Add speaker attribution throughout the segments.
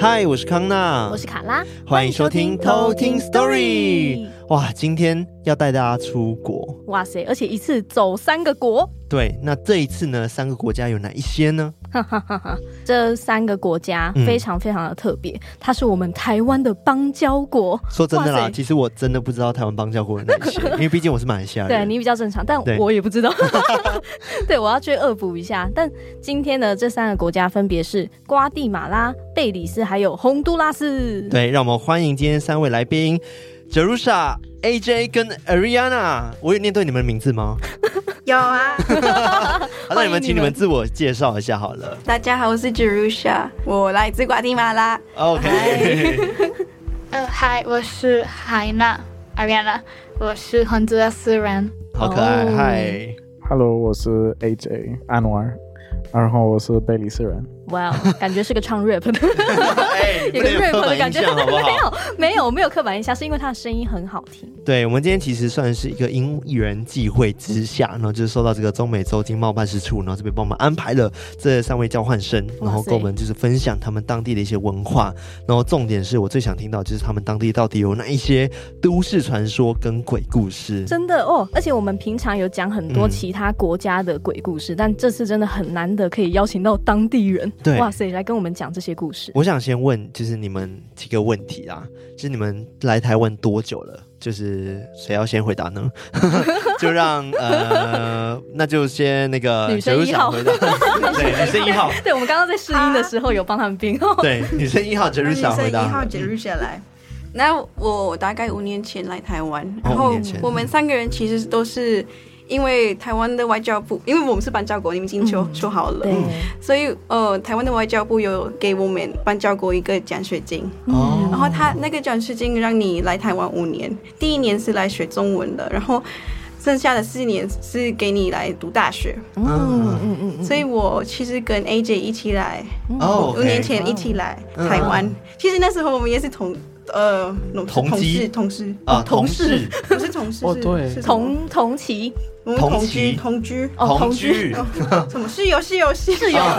Speaker 1: 嗨，我是康娜，
Speaker 2: 我是卡拉，
Speaker 1: 欢迎收听偷听 Story。哇，今天要带大家出国，
Speaker 2: 哇塞，而且一次走三个国，
Speaker 1: 对，那这一次呢，三个国家有哪一些呢？
Speaker 2: 哈哈哈哈！这三个国家
Speaker 1: 嗯
Speaker 2: 非常非常的特别，它是我们台湾的邦交国。
Speaker 1: 说真的
Speaker 2: 哇
Speaker 1: 啦，
Speaker 2: 塞
Speaker 1: 其实我真的不知道台湾邦交国有哪一 些，因为毕竟我是马来西亚
Speaker 2: 对
Speaker 1: 人。
Speaker 2: 你比较正常，但
Speaker 1: 哎对
Speaker 2: 我也 不知道。 对，我要去恶补一下。但今天呢，这三个国家分别是瓜地马拉、贝里斯还有洪都拉斯。
Speaker 1: 对，让我们欢迎今天三位来宾 j e r u s a AJ 跟 Ariana。我有念对你们的名字 吗？啊
Speaker 3: 有啊，
Speaker 1: 好，那你们
Speaker 2: 欢迎你们
Speaker 1: 请你们自我介绍一下好了。
Speaker 3: 大家好，我是 Jerusha，我来自瓜地马拉。
Speaker 1: OK，
Speaker 4: 呃，嗨，我是海娜阿 r i a 我是杭州的诗人。
Speaker 1: 好可爱，
Speaker 2: 哦
Speaker 1: 嗨。
Speaker 5: Hello，我是 AJ 安瓦尔，然后我是贝里斯人。
Speaker 2: 哇哦，感觉是个唱 rap 的，
Speaker 1: 哎，
Speaker 2: 有
Speaker 1: 不
Speaker 2: 个
Speaker 1: 能有
Speaker 2: rap
Speaker 1: 刻
Speaker 2: 的
Speaker 1: 板
Speaker 2: 感
Speaker 1: 印
Speaker 2: 觉。
Speaker 1: 象好不
Speaker 2: 没
Speaker 1: 好？
Speaker 2: 有，没有，没有刻板印象，是因为他的声音很好听。
Speaker 1: 对，我们今天其实算是一个因缘际会之下，然后就是受到这个中美洲经贸办事处，然后这边帮我们安排了这三位交换生，然后
Speaker 2: 哇塞
Speaker 1: 跟我们就是分享他们当地的一些文化，然后重点是我最想听到就是他们当地到底有哪一些都市传说跟鬼故事。
Speaker 2: 真的哦，而且我们平常有讲很多
Speaker 1: 嗯
Speaker 2: 其他国家的鬼故事，但这次真的很难得可以邀请到当地人，
Speaker 1: 对
Speaker 2: 哇塞，来跟我们讲这些故事。
Speaker 1: 我想先问，就是你们几个问题啊，就是你们来台湾多久了？就是谁要先回答 呢？就让呃，那就先那个
Speaker 2: 女生一号
Speaker 1: 哲如想回 答，对，女生一号，
Speaker 2: 对，我们刚刚在试音的时候有帮他们编哦。
Speaker 1: 对，女生一号哲
Speaker 3: 那
Speaker 1: 如
Speaker 3: 女
Speaker 1: 想
Speaker 3: 生
Speaker 1: 回
Speaker 3: 一
Speaker 1: 答，
Speaker 3: 号 Jerusha 来。那我大概五年前来台湾，然
Speaker 1: 哦五
Speaker 3: 后
Speaker 1: 年前
Speaker 3: 我们三个人其实都是因为台湾的外交部，因为我们是邦交国，你们已经说、
Speaker 2: 嗯
Speaker 3: 说好了
Speaker 2: 对，，
Speaker 3: 所以呃，台湾的外交部有给我们邦交国一个奖学金，
Speaker 1: 哦
Speaker 3: 然后他那个奖学金让你来台湾五年，第一年是来学中文的，然后剩下的四年是给你来读大学，
Speaker 2: 嗯嗯嗯嗯嗯，
Speaker 3: 所以我其实跟 AJ 一起来，
Speaker 1: 哦
Speaker 3: 嗯五
Speaker 1: OK 嗯
Speaker 3: 年前一起来台湾。其实那时候我们也是同呃同
Speaker 1: 同
Speaker 3: 同
Speaker 1: 机
Speaker 3: 事同事，
Speaker 1: 啊，
Speaker 2: 同
Speaker 1: 同
Speaker 2: 事
Speaker 1: 事
Speaker 3: 不是同事，
Speaker 5: 哦
Speaker 3: 是
Speaker 5: 对
Speaker 3: 是同
Speaker 2: 同同期
Speaker 3: 我们
Speaker 1: 同
Speaker 3: 同
Speaker 1: 期
Speaker 3: 居同居哦
Speaker 2: 哦
Speaker 1: 同
Speaker 2: 同居，
Speaker 1: 居
Speaker 3: 什么室友室友室 友
Speaker 1: 啊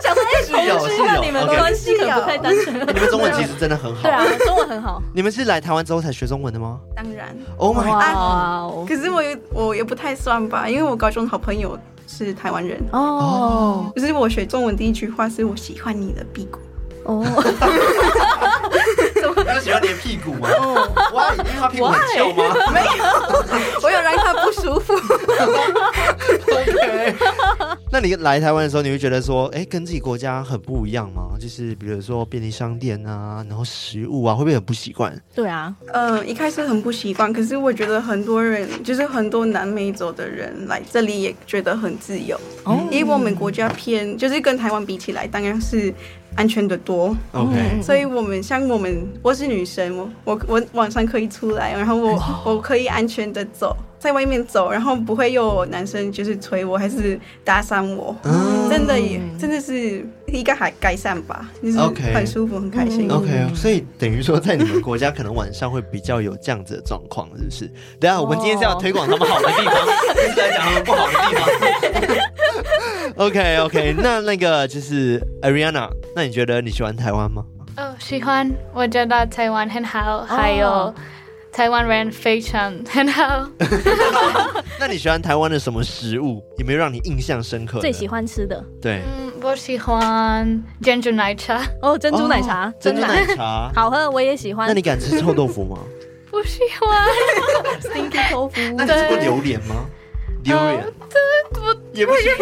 Speaker 2: 想说哎，
Speaker 1: 室友
Speaker 2: 同居那
Speaker 1: 室友
Speaker 2: 你们
Speaker 1: OK
Speaker 2: 关系可不太单纯。
Speaker 1: 你们中文其实真的很好
Speaker 2: 对。啊，中文很好。
Speaker 1: 你们是来台湾之后才学中文的吗
Speaker 3: 当然。
Speaker 1: ？Oh my，
Speaker 2: 哇 哦
Speaker 3: 可是我也我也不太算吧，因为我高中好朋友是台湾人。
Speaker 2: 哦
Speaker 3: 可是我学中文第一句话是我喜欢你的屁股，
Speaker 2: 哦，
Speaker 1: 你们喜欢你的屁股吗？哇，因为他屁股很翘吗
Speaker 3: 我有让他不舒服。
Speaker 1: ？OK。那你来台湾的时候，你会觉得说，哎，跟自己国家很不一样吗？就是比如说便利商店啊，然后食物啊，会不会很不习惯？
Speaker 2: 对啊，
Speaker 3: 嗯，一开始很不习惯，可是我觉得很多人，就是很多南美洲的人来这里也觉得很自由，
Speaker 1: 嗯
Speaker 2: 哦
Speaker 3: 因为我们国家偏，就是跟台湾比起来，当然是安全的多。
Speaker 1: OK
Speaker 3: 所以我们像我们，我是女生，我我我晚上可以出来，然后我我可以安全的走，在外面走，然后不会有男生就是催我还是搭讪我，
Speaker 1: 嗯
Speaker 3: 真的也真的是一个改改善吧，就是
Speaker 1: OK
Speaker 3: 很舒服很开心。
Speaker 5: 嗯
Speaker 1: OK，所
Speaker 2: 嗯
Speaker 1: 以等于说，在你们国家可能晚上会比较有这样子的状况，是不是？等一
Speaker 2: 哦
Speaker 1: 下，我们今天是要推广他们好的地方， 一直在讲他们不好的地 方。OK OK，那那个就是 Ariana，那你觉得你喜欢台湾吗？
Speaker 4: 哦，喜欢，我觉得台湾很好，还有台湾人非常很好。
Speaker 1: 那你喜欢台湾的什么食物？有没有让你印象深刻的？
Speaker 2: 最喜欢吃的
Speaker 1: 对
Speaker 4: 嗯，我喜欢珍珠奶茶，
Speaker 2: 哦，珍珠奶茶
Speaker 1: 哦，珍珠奶茶。
Speaker 2: 好喝，我也喜欢
Speaker 1: 那。你敢吃臭豆腐 吗？
Speaker 4: 不喜欢。
Speaker 2: Stinky 豆腐，
Speaker 1: 那你吃过榴莲吗？榴莲
Speaker 4: 呃这我
Speaker 1: 也不行，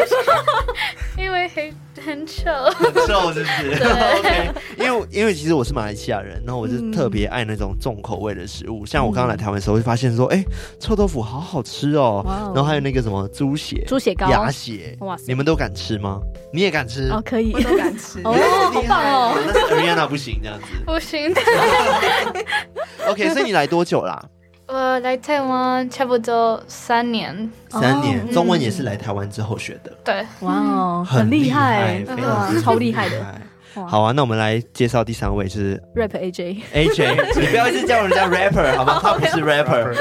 Speaker 4: 因为很很丑。
Speaker 1: 很 瘦是不是？OK，因为我因为其实我是马来西亚人，然后我
Speaker 2: 嗯
Speaker 1: 就特别爱那种重口味的食物。像我刚刚来台湾的时候，就发现说，哎、臭豆腐好好吃哦。
Speaker 2: 哇哦
Speaker 1: 然后还有那个什么猪血、
Speaker 2: 猪血糕
Speaker 1: 鸭血，
Speaker 2: 哇塞
Speaker 1: 你们都敢吃吗？你也敢吃？
Speaker 2: 哦，可以
Speaker 3: 我都敢吃。
Speaker 2: 哦，好棒哦！
Speaker 1: 但是 Ariana 不行这样子。
Speaker 4: 不行，
Speaker 1: OK，所以你来多久 啦？
Speaker 4: 我来台湾差不多三年，
Speaker 1: 三年，
Speaker 2: 哦
Speaker 1: 中文也是来台湾之后学的，
Speaker 4: 对，
Speaker 2: 哇哦，很厉害，
Speaker 1: 非
Speaker 2: 哇
Speaker 1: 常
Speaker 2: 超厉害的。哇
Speaker 1: 好啊，那我们来介绍第三位是
Speaker 2: rap AJ，
Speaker 1: AJ，你不要一直叫人家 rapper 好吗？他不是 rapper。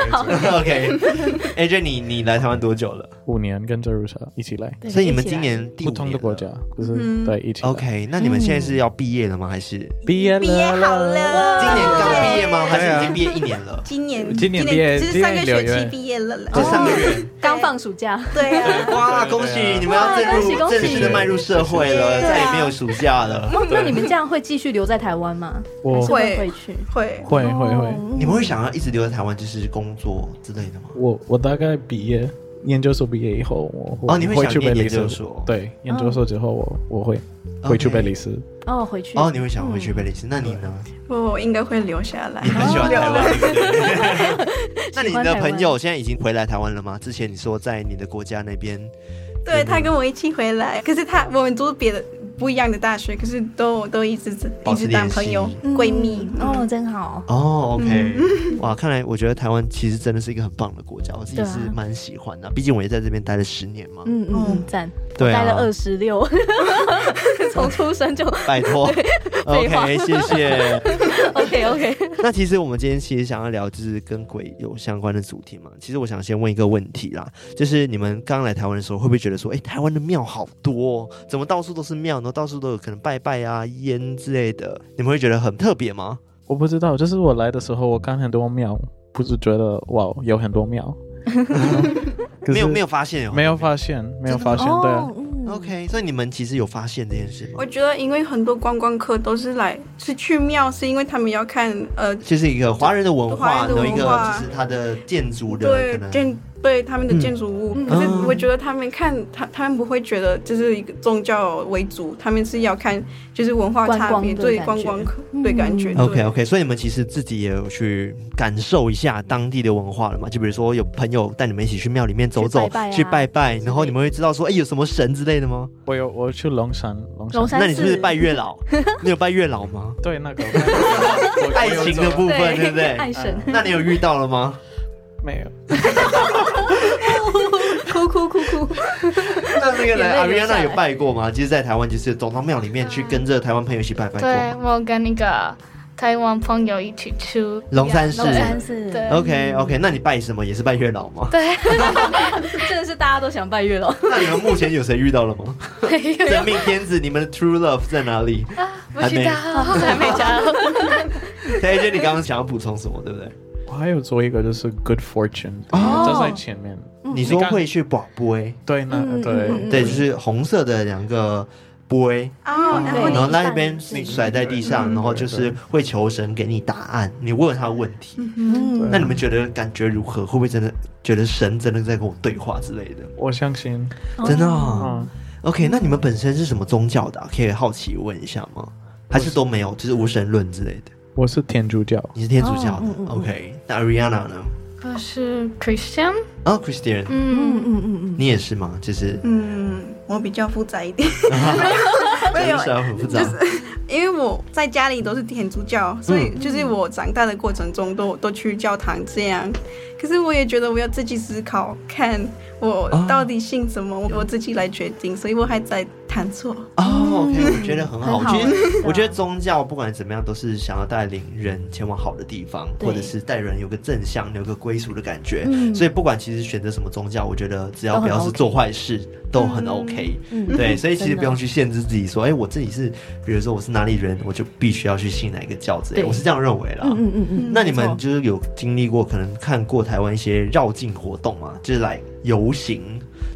Speaker 1: OK，AJ，你你来台湾多久了？
Speaker 5: 五年跟着 Rusa 一起来，
Speaker 2: 对
Speaker 1: 所以你们
Speaker 2: 一起
Speaker 1: 今
Speaker 2: 来
Speaker 1: 年第五
Speaker 5: 不同的
Speaker 1: 年
Speaker 5: 国
Speaker 1: 了
Speaker 5: 家，就是、
Speaker 3: 嗯
Speaker 5: 对一起来
Speaker 1: OK，那你们现在
Speaker 2: 嗯
Speaker 1: 是要毕业了吗？还是今
Speaker 5: 毕业了，
Speaker 3: 毕业好了，
Speaker 1: 年刚毕业吗？
Speaker 2: 哦
Speaker 5: 对
Speaker 1: 还是已经毕业一年了？
Speaker 3: 今年
Speaker 5: 今年毕业
Speaker 3: 就是上个
Speaker 5: 今年
Speaker 3: 学
Speaker 5: 六月
Speaker 3: 期毕业了啦。
Speaker 2: 啊
Speaker 1: 这上个月，
Speaker 2: 刚放暑假，
Speaker 3: 对啊，
Speaker 1: 哇，恭喜你们要正入
Speaker 2: 哦啊哇恭喜恭喜
Speaker 1: 正式的迈入社会了，
Speaker 3: 对啊
Speaker 1: 再也没有暑假了。
Speaker 2: 那你们这样会继续留在台湾吗？
Speaker 5: 我
Speaker 2: 还是
Speaker 3: 会
Speaker 2: 会去，
Speaker 3: 会
Speaker 5: 会会会，
Speaker 2: 哦
Speaker 1: 你们会想要一直留在台湾，就是工作之类的吗？
Speaker 5: 我我大概毕业研究所毕业以后，我
Speaker 1: 哦你会
Speaker 5: 会
Speaker 1: 想
Speaker 5: 去贝
Speaker 1: 念
Speaker 5: 里
Speaker 1: 研究
Speaker 5: 斯
Speaker 1: 所，哦
Speaker 5: 对，研究所之后我我会回去
Speaker 1: OK
Speaker 5: 贝里斯，
Speaker 2: 哦，回去
Speaker 1: 哦，你会想回
Speaker 2: 嗯
Speaker 1: 去贝里斯？那你呢？
Speaker 3: 我应该会留下来哦
Speaker 1: 你。很喜欢台湾，对不对？ 那你
Speaker 2: 哦喜欢台
Speaker 1: 的
Speaker 2: 湾
Speaker 1: 朋友现在已经回来台湾了吗？之前你说在你的国家那边，
Speaker 3: 对他跟我一起回来，可是他我们都是别的不一样的大学，可是都都一直
Speaker 1: 保
Speaker 3: 一
Speaker 1: 持
Speaker 3: 直
Speaker 1: 联
Speaker 3: 当
Speaker 1: 系
Speaker 3: 朋友
Speaker 2: 嗯
Speaker 3: 闺蜜。
Speaker 2: 哦，真好。
Speaker 1: 哦，OK，、哇，看来我觉得台湾其实真的是一个很棒的国家，我自己
Speaker 2: 嗯对啊
Speaker 1: 是蛮喜欢的，毕竟我也在这边待了十年嘛。
Speaker 2: 嗯嗯嗯，赞！
Speaker 1: 对
Speaker 2: 待了
Speaker 1: 啊
Speaker 2: 二，十 六，从出生就
Speaker 1: 拜托
Speaker 2: 废话
Speaker 1: ，OK，谢谢。
Speaker 2: OK OK。
Speaker 1: 那其实我们今天其实想要聊就是跟鬼有相关的主题嘛。其实我想先问一个问题啦，就是你们刚来台湾的时候，会不会觉得说，哎、台湾的庙好多、哦，怎么到处都是庙，然后到处都有可能拜拜啊、烟之类的，你们会觉得很特别吗？
Speaker 5: 我不知道，就是我来的时候，我看很多庙，不是觉得哇有很 多庙，
Speaker 1: 没有没哦
Speaker 5: 有
Speaker 1: 有发现哦，
Speaker 5: 没有发现，没有发现，对啊，
Speaker 2: 嗯
Speaker 1: OK，所以你们其实有发现这件事吗
Speaker 3: 我？觉得，因为很多观光客都是来是去庙，是因为他们要看呃，
Speaker 1: 就是一个华人的文化，
Speaker 3: 华人的
Speaker 1: 然后一个
Speaker 3: 文化
Speaker 1: 就是它的建筑的可
Speaker 3: 对
Speaker 1: 能。
Speaker 3: 建对他们的建筑物。
Speaker 2: 嗯
Speaker 3: 可是我觉得他们看他他们不会觉得这是一个宗教为主，他们是要看就是文化差别，
Speaker 2: 观光的
Speaker 3: 对
Speaker 2: 感觉
Speaker 3: 观光客对感觉。对
Speaker 1: OK OK，所以你们其实自己也有去感受一下当地的文化了嘛？就比如说有朋友带你们一起去庙里面走走，
Speaker 2: 去拜拜啊
Speaker 1: 去拜拜
Speaker 2: 之类的
Speaker 1: 然后你们会知道说，哎、有什么神之类的吗？
Speaker 5: 我有我去龙山，龙山
Speaker 2: 龙山
Speaker 1: 那你是不是
Speaker 2: 寺
Speaker 1: 拜月 老？你有拜月老吗？
Speaker 5: 对那个我
Speaker 1: 爱情的部分，对不 对？
Speaker 2: 爱神，
Speaker 1: 那你有遇到了 吗？
Speaker 5: 没有，
Speaker 1: 嗯
Speaker 2: 哭哭哭哭，
Speaker 1: 那那个人阿
Speaker 2: 眼
Speaker 1: 瑞
Speaker 2: 泪流
Speaker 1: 安娜
Speaker 2: 下来
Speaker 1: 有拜过吗？就是在台湾，就是走到庙里面去跟着台湾朋友一起拜拜过吗。
Speaker 4: 对，我跟一个台湾朋友一起去。
Speaker 1: 龙山寺
Speaker 2: 龙山寺，
Speaker 4: 对
Speaker 1: OK OK，那你拜什么？也是拜月老 吗？
Speaker 4: 对，
Speaker 2: 真的是大家都想拜月老，
Speaker 1: 那你们目前有谁遇到了 吗？真命天子，你们的 True Love 在哪里？
Speaker 2: 啊
Speaker 4: 不知道，还没找。
Speaker 1: 对，就你刚刚想要补充什么，对不对？
Speaker 5: 我还有做一个就是 good fortune，
Speaker 2: 哦
Speaker 5: 就在前面，
Speaker 1: 你说
Speaker 5: 你刚
Speaker 1: 会去广播哎，
Speaker 5: 对那
Speaker 2: 嗯嗯嗯
Speaker 5: 对
Speaker 2: 嗯
Speaker 1: 对，就是红色的两个波哎，
Speaker 3: 哦，然后
Speaker 2: 对
Speaker 1: 然
Speaker 3: 你
Speaker 1: 后那边
Speaker 2: 是
Speaker 1: 甩在地上，
Speaker 5: 嗯
Speaker 1: 然后就是会求神给你答案，你问他问题。
Speaker 2: 嗯
Speaker 1: 那你们觉得感觉如何？会不会真的觉得神真的在跟我对话之类的？
Speaker 5: 我相信
Speaker 1: 真的哦
Speaker 5: 啊，
Speaker 1: OK，那你们本身是什么宗教的啊？可以好奇问一下吗？还是都没有，就是无神论之类的？
Speaker 5: 我是天主教，
Speaker 1: 你是天主教的
Speaker 2: 哦嗯嗯嗯
Speaker 1: ，OK？那 Ariana 呢？
Speaker 4: 我是 Christian，
Speaker 1: 啊，Christian，
Speaker 2: 嗯
Speaker 4: 嗯，
Speaker 2: 嗯嗯
Speaker 1: 你也是吗？就是
Speaker 3: 嗯，我比较复杂一点，我
Speaker 1: 真
Speaker 3: 有
Speaker 1: 的是很复杂。
Speaker 3: 因为我在家里都是天主教，所以就是我长大的过程中都都去教堂这样。可是我也觉得我要自己思考，看我到底信什么，我自己来决定，所以我还在探索。
Speaker 1: 哦、o k 我觉得很好。
Speaker 2: 嗯很好
Speaker 1: 我觉
Speaker 2: 对
Speaker 1: 得
Speaker 2: 啊，
Speaker 1: 我觉得宗教不管怎么样，都是想要带领人前往好的地方，
Speaker 2: 对
Speaker 1: 或者是带人有个正向、有个归属的感觉。
Speaker 2: 嗯
Speaker 1: 所以不管其实选择什么宗教，我觉得只要不要是
Speaker 2: OK
Speaker 1: 做坏事，都很 OK。
Speaker 2: 嗯
Speaker 1: 对，所以其实
Speaker 2: 真的
Speaker 1: 不用去限制自己说，哎、我自己是，比如说我是哪里人，我就必须要去信哪一个教之类的。
Speaker 2: 对
Speaker 1: 我是这样认为啦。
Speaker 2: 嗯嗯嗯嗯，
Speaker 1: 那你
Speaker 2: 没
Speaker 1: 们
Speaker 2: 错
Speaker 1: 就是有经历过，可能看过台湾一些绕境活动嘛，就是来游行，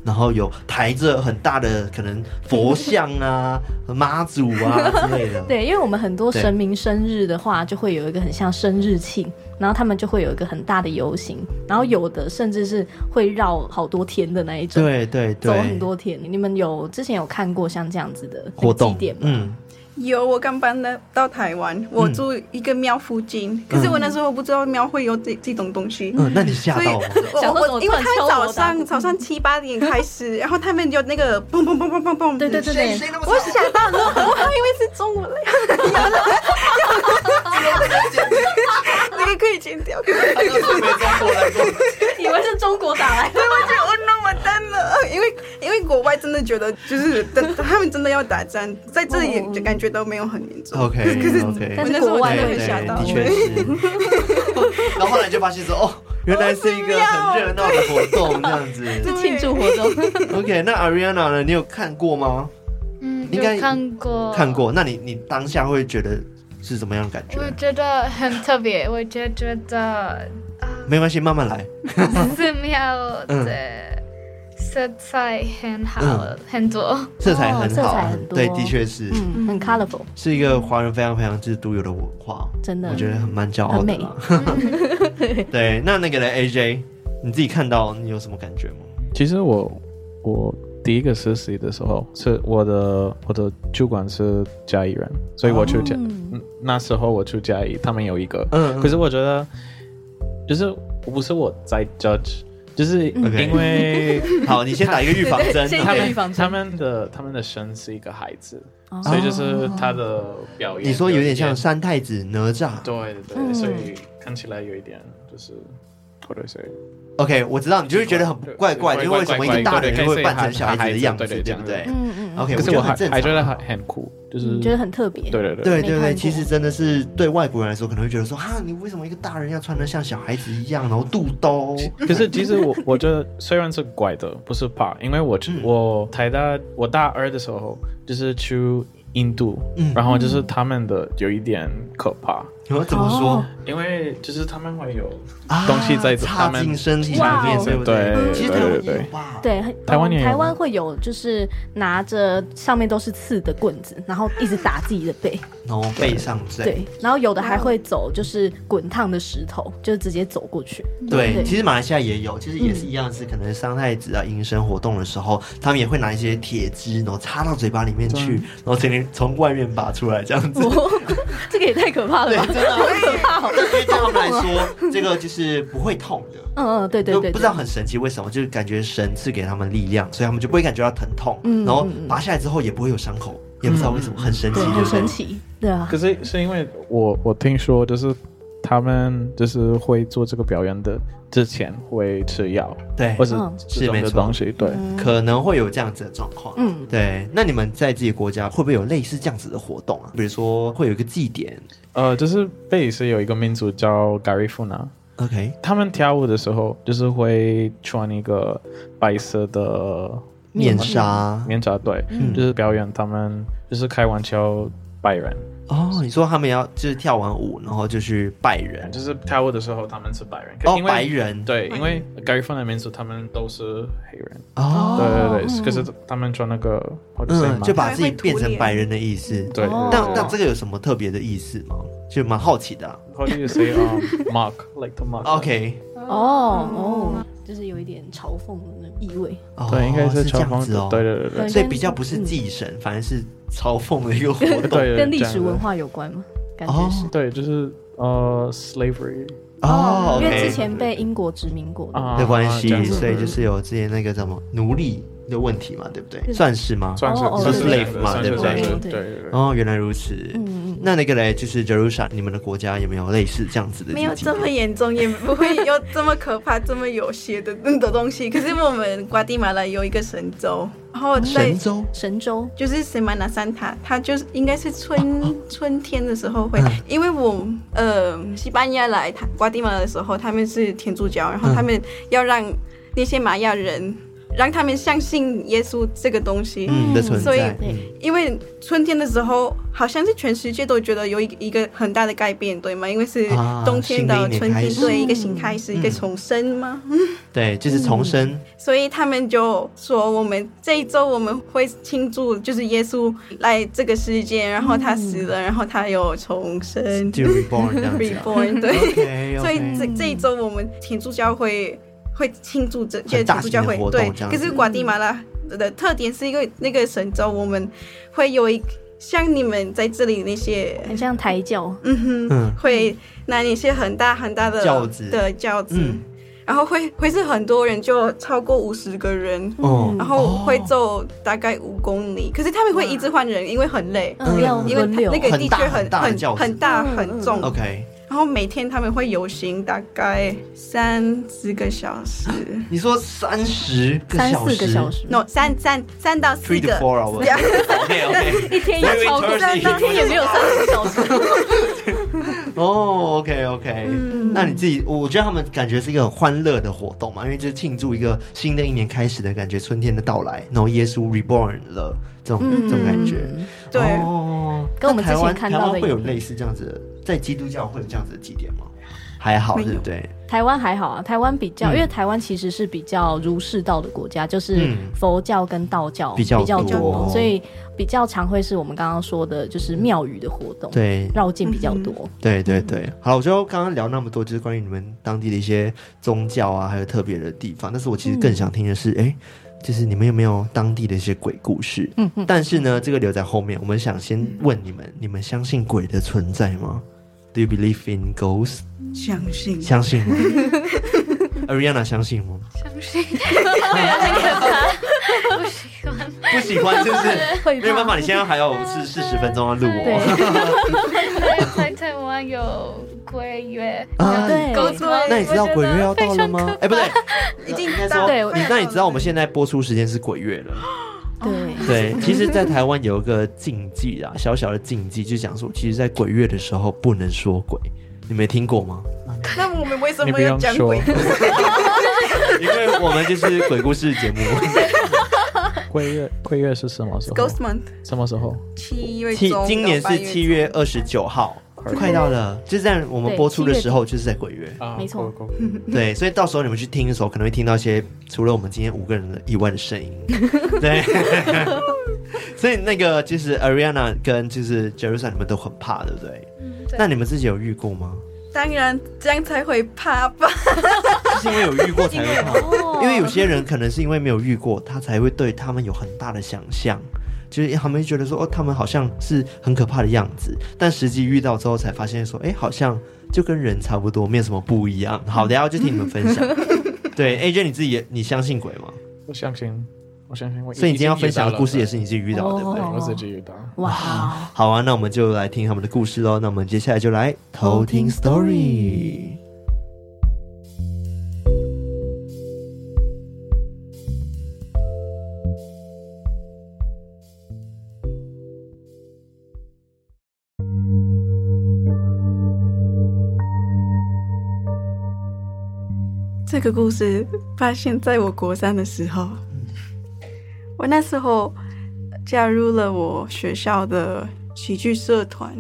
Speaker 1: 然后有抬着很大的可能佛像 啊、妈祖啊之类的。
Speaker 2: 对，因为我们很多
Speaker 1: 对
Speaker 2: 神明生日的话，就会有一个很像生日庆，然后他们就会有一个很大的游行，然后有的甚至是会绕好多天的那一种，
Speaker 1: 对对
Speaker 2: 走
Speaker 1: 对，
Speaker 2: 很多天。你们有之前有看过像这样子的
Speaker 1: 活动
Speaker 2: 祭典吗？
Speaker 1: 嗯，
Speaker 3: 有，我刚搬到到台湾，我住一个庙附近，可是我那时候不知道庙会有这这种东西。
Speaker 1: 嗯，那你吓
Speaker 3: 所以
Speaker 1: 到吗？
Speaker 2: 想说
Speaker 3: 我
Speaker 2: 怎么
Speaker 3: 我因为
Speaker 2: 突然敲
Speaker 3: 他们早
Speaker 2: 锣打鼓
Speaker 3: 上早上七八点开始，然后他们就那个砰砰砰砰砰砰，
Speaker 2: 对对对对，
Speaker 1: 那么
Speaker 3: 我想到了，我还以为是中文嘞，那个 可以剪掉。对， 我
Speaker 1: 中国来过，
Speaker 2: 以为是中国打来的，
Speaker 3: 就我那么淡了，因为因为国外真的觉得就是真他们真的要打仗，在这里也感觉都没有很严重。
Speaker 1: OK，
Speaker 3: 可是
Speaker 1: OK
Speaker 3: 我那时候我真的
Speaker 1: 对
Speaker 3: 会吓
Speaker 1: 对，
Speaker 3: 到
Speaker 1: 的。确是。 然后后来就发现说，哦，原来是一个很热闹的活动这 样子。
Speaker 2: 是庆祝活动。
Speaker 1: OK，那 Ariana 呢？你有看过吗？
Speaker 4: 嗯，
Speaker 1: 应该
Speaker 4: 有看过，
Speaker 1: 看。过。那你你当下会觉得是怎么样的感觉？
Speaker 4: 我觉得很特别，我就觉 得
Speaker 1: 没关系，慢慢来。
Speaker 4: 寺庙的色彩很好，
Speaker 1: 嗯
Speaker 4: 很多。
Speaker 1: 色彩很
Speaker 2: 哦色
Speaker 1: 好，
Speaker 2: 彩很多
Speaker 1: 对，的确是、
Speaker 2: 嗯，很 colorful，
Speaker 1: 是一个华人非常非常之独有的文化，
Speaker 2: 真的
Speaker 1: 我觉得很蛮骄傲的啦。嗯 对，那那个嘞 AJ，你自己看到你有什么感觉吗？
Speaker 5: 其实我我第一个实习的时候，是我的我的主管是嘉义人，所以我去嘉、嗯那时候我去嘉义，他们有一个，
Speaker 1: 哦嗯
Speaker 5: 可是我觉得就是不是我在 judge，就是因
Speaker 1: OK
Speaker 5: 为
Speaker 1: 好，你先打一个预防 针。
Speaker 2: 先
Speaker 5: 他
Speaker 1: OK
Speaker 2: 预防
Speaker 5: 们
Speaker 2: 针
Speaker 5: 他们的他们的神是一个孩子，
Speaker 2: 哦
Speaker 5: 所以就是他的表演，
Speaker 1: 你说有点像
Speaker 5: 表
Speaker 1: 三太子哪吒。
Speaker 5: 演，对对对，
Speaker 2: 嗯
Speaker 5: 所以看起来有一点就是。或者是
Speaker 1: OK，我知道，你就会觉得很怪怪，
Speaker 5: 对
Speaker 1: 就是为什么一个大人
Speaker 5: 怪怪
Speaker 1: 会扮成小孩子的样子，
Speaker 5: 对对
Speaker 1: 对不对
Speaker 5: 对
Speaker 2: 嗯嗯嗯，
Speaker 1: ？OK，
Speaker 5: 可是
Speaker 1: 我
Speaker 5: 我
Speaker 1: 觉得
Speaker 5: 还
Speaker 1: 很正
Speaker 5: 还觉得
Speaker 1: 常。啊
Speaker 5: 很很酷，就是
Speaker 2: 嗯觉得很特别。
Speaker 5: 对对对，
Speaker 1: 对
Speaker 2: 没
Speaker 1: 对
Speaker 2: 看
Speaker 1: 对，
Speaker 2: 过
Speaker 1: 其实真的是对外国人来说，可能会觉得说，啊哈，你为什么一个大人要穿的像小孩子一样，然后肚兜？
Speaker 5: 可是其实我 我觉得虽然是拐的，不是怕，因为我、
Speaker 1: 嗯
Speaker 5: 我台大我大二的时候就是去印度，
Speaker 1: 嗯
Speaker 5: 然后就是他们的有一点可怕，
Speaker 1: 然后怎么说
Speaker 2: 哦？
Speaker 5: 因为就是他们会有
Speaker 1: 啊
Speaker 5: 东西在
Speaker 1: 插
Speaker 5: 他们
Speaker 1: 进身体里
Speaker 2: 哇
Speaker 1: 面，
Speaker 2: 哦
Speaker 1: 对不嗯
Speaker 5: 对
Speaker 1: 其实台湾
Speaker 5: 对对
Speaker 1: 也有
Speaker 5: 对
Speaker 1: 吧？
Speaker 2: 对，
Speaker 5: 台湾也有
Speaker 2: 台湾会有，就是拿着上面都是刺的棍子，然后一直打自己的背，
Speaker 1: 然后背上针。
Speaker 2: 对，然后有的还会走，就是滚烫的石头，就直接走过去。
Speaker 1: 对，
Speaker 2: 对
Speaker 1: 其实马来西亚也有，其实也是一样，是可能伤太子啊迎神活动的时候，他们也会拿一些铁枝，然后插到嘴巴里面
Speaker 2: 嗯
Speaker 1: 去，然后从里从外面拔出来这样子。
Speaker 2: 哦 这个也太可怕了
Speaker 1: 对，
Speaker 2: 吧！
Speaker 1: 真的，
Speaker 2: 可怕哦
Speaker 1: 对因为对他们来说，这个就是不会痛的。
Speaker 2: 嗯嗯，对对
Speaker 1: 就
Speaker 2: 对，
Speaker 1: 不知道很神奇为什么，就是感觉神赐给他们力量，所以他们就不会感觉到疼痛，
Speaker 2: 嗯
Speaker 1: 然后
Speaker 2: 嗯嗯
Speaker 1: 拔下来之后也不会有伤口，也不知道为什么，很神奇，对
Speaker 2: 对，很
Speaker 1: 不对
Speaker 2: 神？奇，对啊
Speaker 5: 可，是是因为我我听说就是他们就是会做这个表演的之前会吃药
Speaker 1: 对，
Speaker 5: 或者
Speaker 2: 嗯
Speaker 5: 这
Speaker 1: 哎是没
Speaker 5: 种的
Speaker 1: 错嗯
Speaker 5: 东西，对。
Speaker 1: 可能会有这样子的状况。
Speaker 2: 嗯
Speaker 1: 对。那你们在自己国家会不会有类似这样子的活动啊？比如说会有一个祭典
Speaker 5: 呃，就是贝里斯有一个民族叫 g a r i f u n a
Speaker 1: ，OK，
Speaker 5: 他们跳舞的时候就是会穿一个白色的
Speaker 1: 面纱
Speaker 5: 面罩，对，
Speaker 1: 嗯
Speaker 5: 就是表演他们就是开玩笑拜人，
Speaker 1: 哦，你说他们要就是跳完舞，然后就去拜人，
Speaker 5: 就是跳舞的时候他们是白人，可
Speaker 1: 哦
Speaker 5: 因，为
Speaker 1: 白人，嗯
Speaker 5: 对，因为 Gary f u n 的民族他们都是黑人，
Speaker 1: 哦，
Speaker 5: 对对
Speaker 2: 嗯
Speaker 5: 对，可是他们穿那个或者是
Speaker 1: 嗯，就把
Speaker 3: 还
Speaker 1: 自己
Speaker 3: 会涂
Speaker 1: 变成
Speaker 3: 脸
Speaker 1: 白人的意思。
Speaker 5: 对，
Speaker 2: 哦
Speaker 1: 那那这个有什么特别的意思吗？就蛮好奇的啊。
Speaker 5: How do you say um mock like to mock？
Speaker 1: OK，
Speaker 2: 哦哦，就是有一点嘲讽的意味。
Speaker 1: 哦，
Speaker 5: 对，应该
Speaker 1: 是这
Speaker 5: 嘲
Speaker 1: 样
Speaker 5: 讽
Speaker 1: 子
Speaker 5: 的
Speaker 1: 哦，，
Speaker 5: 对对对对
Speaker 2: 对
Speaker 1: 所以比较不
Speaker 2: 嗯
Speaker 1: 是祭神，反而是嘲讽的一个活
Speaker 5: 对
Speaker 1: 动。
Speaker 5: 对，
Speaker 2: 跟历
Speaker 5: 这样
Speaker 2: 史
Speaker 5: 的
Speaker 2: 文，化有关吗？感
Speaker 1: 哦
Speaker 2: 觉是，
Speaker 5: 对，就是呃 slavery
Speaker 1: 哦
Speaker 2: 因为
Speaker 1: ，OK，
Speaker 2: 之前被英国殖民过的。
Speaker 5: 啊
Speaker 1: 的关
Speaker 5: 这
Speaker 1: 系，
Speaker 5: 样子
Speaker 1: 所以就是有之前那个什么奴隶的问题嘛，对不对？算是吗？
Speaker 5: 嗯算是
Speaker 2: 哦哦
Speaker 5: 算是
Speaker 1: 对对
Speaker 5: 这样
Speaker 1: 对
Speaker 5: 的
Speaker 1: 嘛
Speaker 5: 算
Speaker 1: 对
Speaker 5: 是
Speaker 1: 不
Speaker 5: 这样
Speaker 1: 对
Speaker 5: 的
Speaker 2: 对
Speaker 5: 对对对。
Speaker 1: 哦，原来如此。
Speaker 2: 嗯嗯
Speaker 1: 那那个嘞，就是 Jerusha，你们的国家有没有类似这样子的？
Speaker 3: 没有这么。严重，也不会有这么可怕、这么有血的的东西。可是我们瓜地马拉有一个神州，然后在
Speaker 1: 神州
Speaker 2: 神州
Speaker 3: 就是 Semana Santa，它就是应该是春、春天的时候会，因为我呃西班牙来它瓜地马拉的时候，他们是天主教，然后
Speaker 1: 嗯
Speaker 3: 他们要让那些玛雅人让他们相信耶稣这个东西，
Speaker 1: 嗯的存
Speaker 3: 所以
Speaker 1: 在，
Speaker 2: 对
Speaker 3: 因为春天的时候，好像是全世界都觉得有一个一个很大的改变，对吗？因为是
Speaker 1: 啊
Speaker 3: 冬天到
Speaker 1: 新的一年
Speaker 3: 春
Speaker 1: 开
Speaker 3: 天，
Speaker 1: 始
Speaker 3: 对一个新开始，
Speaker 1: 嗯
Speaker 3: 一个重生吗？
Speaker 1: 对，就是重生，
Speaker 3: 所以他们就说，我们这一周我们会庆祝，就是耶稣来这个世界，然后他死了，然后他有重生
Speaker 1: 就 reborn 嗯这样子啊。
Speaker 3: ，reborn，对。
Speaker 1: OK，OK
Speaker 3: 所以这这一周我们天主教会会庆祝这
Speaker 1: 很
Speaker 3: 些
Speaker 1: 大
Speaker 3: 天
Speaker 1: 型的
Speaker 3: 主教会
Speaker 1: 活动
Speaker 3: 对
Speaker 1: 这，样子
Speaker 3: 可是瓜地马拉的特点是因为那个神州我们会有一像你们在这里那些
Speaker 2: 很像抬轿，
Speaker 3: 嗯
Speaker 1: 嗯
Speaker 3: 哼，会拿一些很大很大的
Speaker 1: 轿子
Speaker 3: 的轿子，
Speaker 1: 嗯
Speaker 3: 然后会会是很多人，就超过五十个人。
Speaker 1: 哦
Speaker 3: 然后会
Speaker 1: 哦
Speaker 3: 走大概五公里，可是他们会一直换人，因为很累，
Speaker 2: 嗯，要
Speaker 3: 因为
Speaker 2: 轮
Speaker 3: 它
Speaker 2: 流
Speaker 3: 那。个
Speaker 1: 很
Speaker 3: 的
Speaker 1: 大
Speaker 3: 确
Speaker 1: 很大的轿
Speaker 3: 很
Speaker 1: 子嗯
Speaker 3: 很大很重。
Speaker 1: OK，
Speaker 3: 然后每天他们会游行大概三四个小时
Speaker 1: 你说三十个
Speaker 2: 三
Speaker 1: 小
Speaker 2: 四
Speaker 1: 时
Speaker 2: 个小时，
Speaker 3: ，no 三三三到四
Speaker 1: ，three to
Speaker 3: 个
Speaker 1: four hours。
Speaker 3: 对啊
Speaker 1: OK OK。
Speaker 2: 一天也超过，但
Speaker 1: Very
Speaker 2: 一天也没有三十小时。
Speaker 1: 哦，OK
Speaker 2: 嗯
Speaker 1: OK。那你自己，我觉得他们感觉是一个很欢乐的活动嘛，因为就是庆祝一个新的一年开始的感觉，春天的到来，然后耶稣 reborn 了，这种这种感觉。
Speaker 3: 对
Speaker 1: 哦、
Speaker 2: 嗯跟我们之前
Speaker 1: 那台湾
Speaker 2: 看到的
Speaker 1: 台湾会有
Speaker 2: 一样
Speaker 1: 类似这样子的，在基督教会有这样子的祭典吗？还好，
Speaker 3: 没有
Speaker 1: 对不对？
Speaker 2: 台湾还好啊，台湾比较，
Speaker 1: 嗯
Speaker 2: 因为台湾其实是比较儒释道的国家，就是
Speaker 1: 嗯
Speaker 2: 佛教跟道教
Speaker 1: 比较
Speaker 2: 多，
Speaker 1: 多
Speaker 2: 所以比较常会是我们刚刚说的，就是庙宇的活动，，
Speaker 1: 对，
Speaker 2: 绕境比较多。
Speaker 1: 对对对，好，我觉得刚刚聊那么多，就是关于你们当地的一些宗教啊，还有特别的地方。但是我其实更想听的是，哎、就是你们有没有当地的一些鬼故事？嗯嗯。但是呢，这个留在后面，我们想先问你们：你们相信鬼的存在吗？Do you believe in ghosts？
Speaker 3: 相信
Speaker 1: 相信 吗？Ariana 相信吗？啊 不喜欢是不
Speaker 2: 会
Speaker 4: 嗯
Speaker 1: 是？
Speaker 2: 怕
Speaker 1: 没有办法，你现在还有四四十分钟要录哦
Speaker 2: 对
Speaker 1: 我。啊
Speaker 2: 对
Speaker 4: 狗子们
Speaker 1: 那你知道鬼月要到了吗？哎、 不对，
Speaker 3: 已经
Speaker 1: 应该
Speaker 3: 到
Speaker 1: 说
Speaker 2: 对
Speaker 1: 你，那你知道我们现在播出时间是鬼月了。
Speaker 2: 对，
Speaker 1: 对，其实，在台湾有一个禁忌啊， 小小的禁忌，就讲说，其实，在鬼月的时候不能说鬼。你没听过吗？
Speaker 3: 那我们为什
Speaker 5: 你
Speaker 3: 么
Speaker 5: 不
Speaker 3: 要
Speaker 5: 用
Speaker 3: 讲
Speaker 5: 说
Speaker 3: 鬼？
Speaker 1: 因为我们就是鬼故事 节目，
Speaker 5: 贵月贵月是什么时候
Speaker 3: Ghost Month
Speaker 5: 什么时候？
Speaker 3: 七月
Speaker 1: 七
Speaker 3: 中，
Speaker 1: 今年
Speaker 3: 到八
Speaker 1: 是
Speaker 3: 中
Speaker 1: 七月，二十九号，快到了，就在我们播出的时候就是在鬼月。
Speaker 5: 啊
Speaker 2: 没错。
Speaker 5: 够够
Speaker 1: 对，所以到时候你们去听的时候，可能会听到一些除了我们今天五个人的以外的声 音。对， 所以那个就是 Ariana 跟就是 Jerusa，你们都很怕，对不对？
Speaker 4: 嗯对
Speaker 1: 那你们自己有遇过 吗？
Speaker 3: 当然这样才会怕吧。
Speaker 1: 是因为有遇过才会怕。
Speaker 2: 哦
Speaker 1: 因为有些人可能是因为没有遇过，他才会对他们有很大的想象，就是他们觉得说哦，他们好像是很可怕的样子，但实际遇到之后才发现说，哎，好像就跟人差不多，没有什么不一样。好，等一下我就听你们分享。对，AJ 你自己也你相信鬼吗？
Speaker 5: 我相信，我相信我。
Speaker 1: 所以你今天要分享的故事也
Speaker 5: 是
Speaker 1: 是你自己遇到的，对不对？
Speaker 5: 我自己遇到。
Speaker 2: 哇，
Speaker 1: 好啊，那我们就来听他们的故事喽。那我们接下来就来偷听 story。
Speaker 3: 这个故事发现在我国三的时候，我那时候加入了我学校的喜剧社团，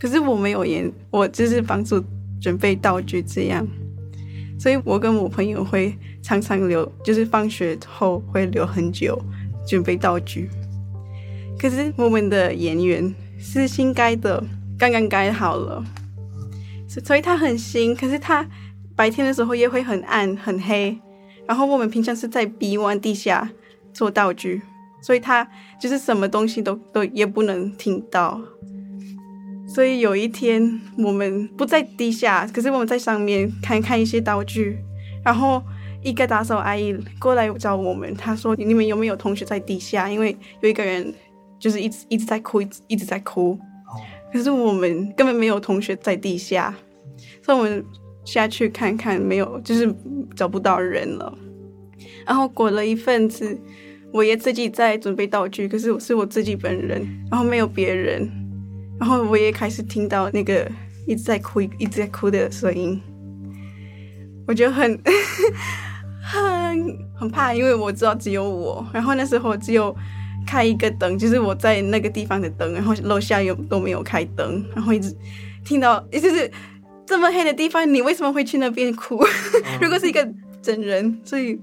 Speaker 3: 可是我没有演，我只是帮助准备道具这样，所以我跟我朋友会常常留，就是放学后会留很久准备道具。可是我们的演员是新改的，刚刚改好了，所所以他很新，可是他白天的时候也会很暗很黑，然后我们平常是在 B 湾地下做道具，所以他就是什么东西都都也不能听到。所以有一天我们不在地下，可是我们在上面看看一些道具，然后一个打扫阿姨过来找我们，她说你们有没有同学在地下？因为有一个人就是一直一直在哭，一直一直在哭。可是我们根本没有同学在地下，所以我们下去看看，没有，就是找不到人了。然后过了一阵子，我也自己在准备道具，可是我是我自己本人，然后没有别人，然后我也开始听到那个一直在哭、一直在哭的声音，我觉得很 很很怕，因为我知道只有我，然后那时候只有。开一个灯，就是我在那个地方的灯，然后楼下有都没有开灯，然后一直听到，就是这么黑的地方，你为什么会去那边哭？ 如果是一个真人，所以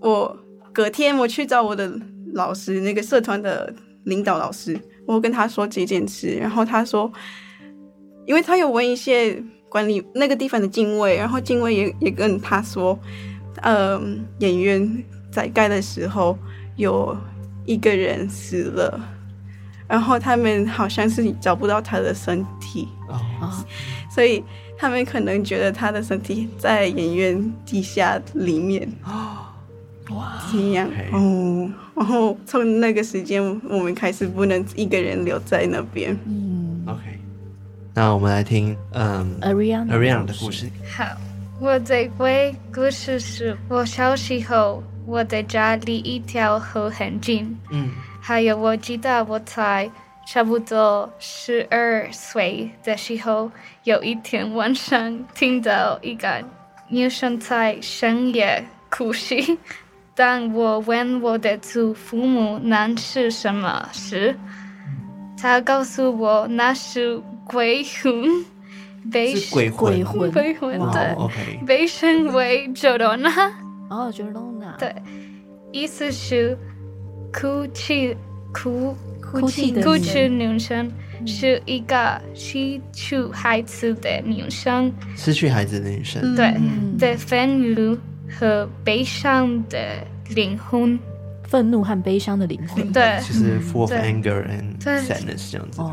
Speaker 3: 我隔天我去找我的老师，那个社团的领导老师，我跟他说这件事，然后他说，因为他有问一些管理那个地方的警卫，然后警卫也也跟他说，呃，演员在盖的时候有一个人死了，然后他们好像是找不到他的身体。
Speaker 1: 哦
Speaker 3: 所以他们可能觉得他的身体在演员地下里面。
Speaker 2: 哦
Speaker 3: 哇，这样
Speaker 1: 嘿
Speaker 3: 哦，然后从那个时间，我们开始不能一个人留在那边。
Speaker 1: OK，那我们来听，嗯
Speaker 2: Ariana
Speaker 1: ，Ariana 的故事。
Speaker 4: 好，我的鬼故事是我小时候，我的家离一条河很近，
Speaker 1: 嗯
Speaker 4: 还有我记得我才差不多十二岁的时候，有一天晚上听到一个女生在深夜哭泣。当我 问我的祖父母那是什么时，他告诉我那是鬼魂，被
Speaker 1: 是鬼魂，
Speaker 2: 鬼魂
Speaker 4: 鬼魂
Speaker 2: 哇
Speaker 4: 对
Speaker 1: 哦，OK，
Speaker 4: 被称为 Jorona。
Speaker 2: 哦 j o r d a n a
Speaker 4: 对意思是哭泣哭
Speaker 2: 哭泣的
Speaker 4: 哭
Speaker 2: 女
Speaker 4: 泣女生是一个失去孩子的女生，
Speaker 1: 失去孩子的女生，
Speaker 4: 对、
Speaker 2: 嗯
Speaker 4: 的愤怒和悲伤的灵魂，
Speaker 2: 愤怒和悲伤的灵魂。
Speaker 4: 对。
Speaker 1: 就是 full of
Speaker 4: 对
Speaker 1: anger and
Speaker 4: 对
Speaker 1: sadness 这样子。
Speaker 2: 哦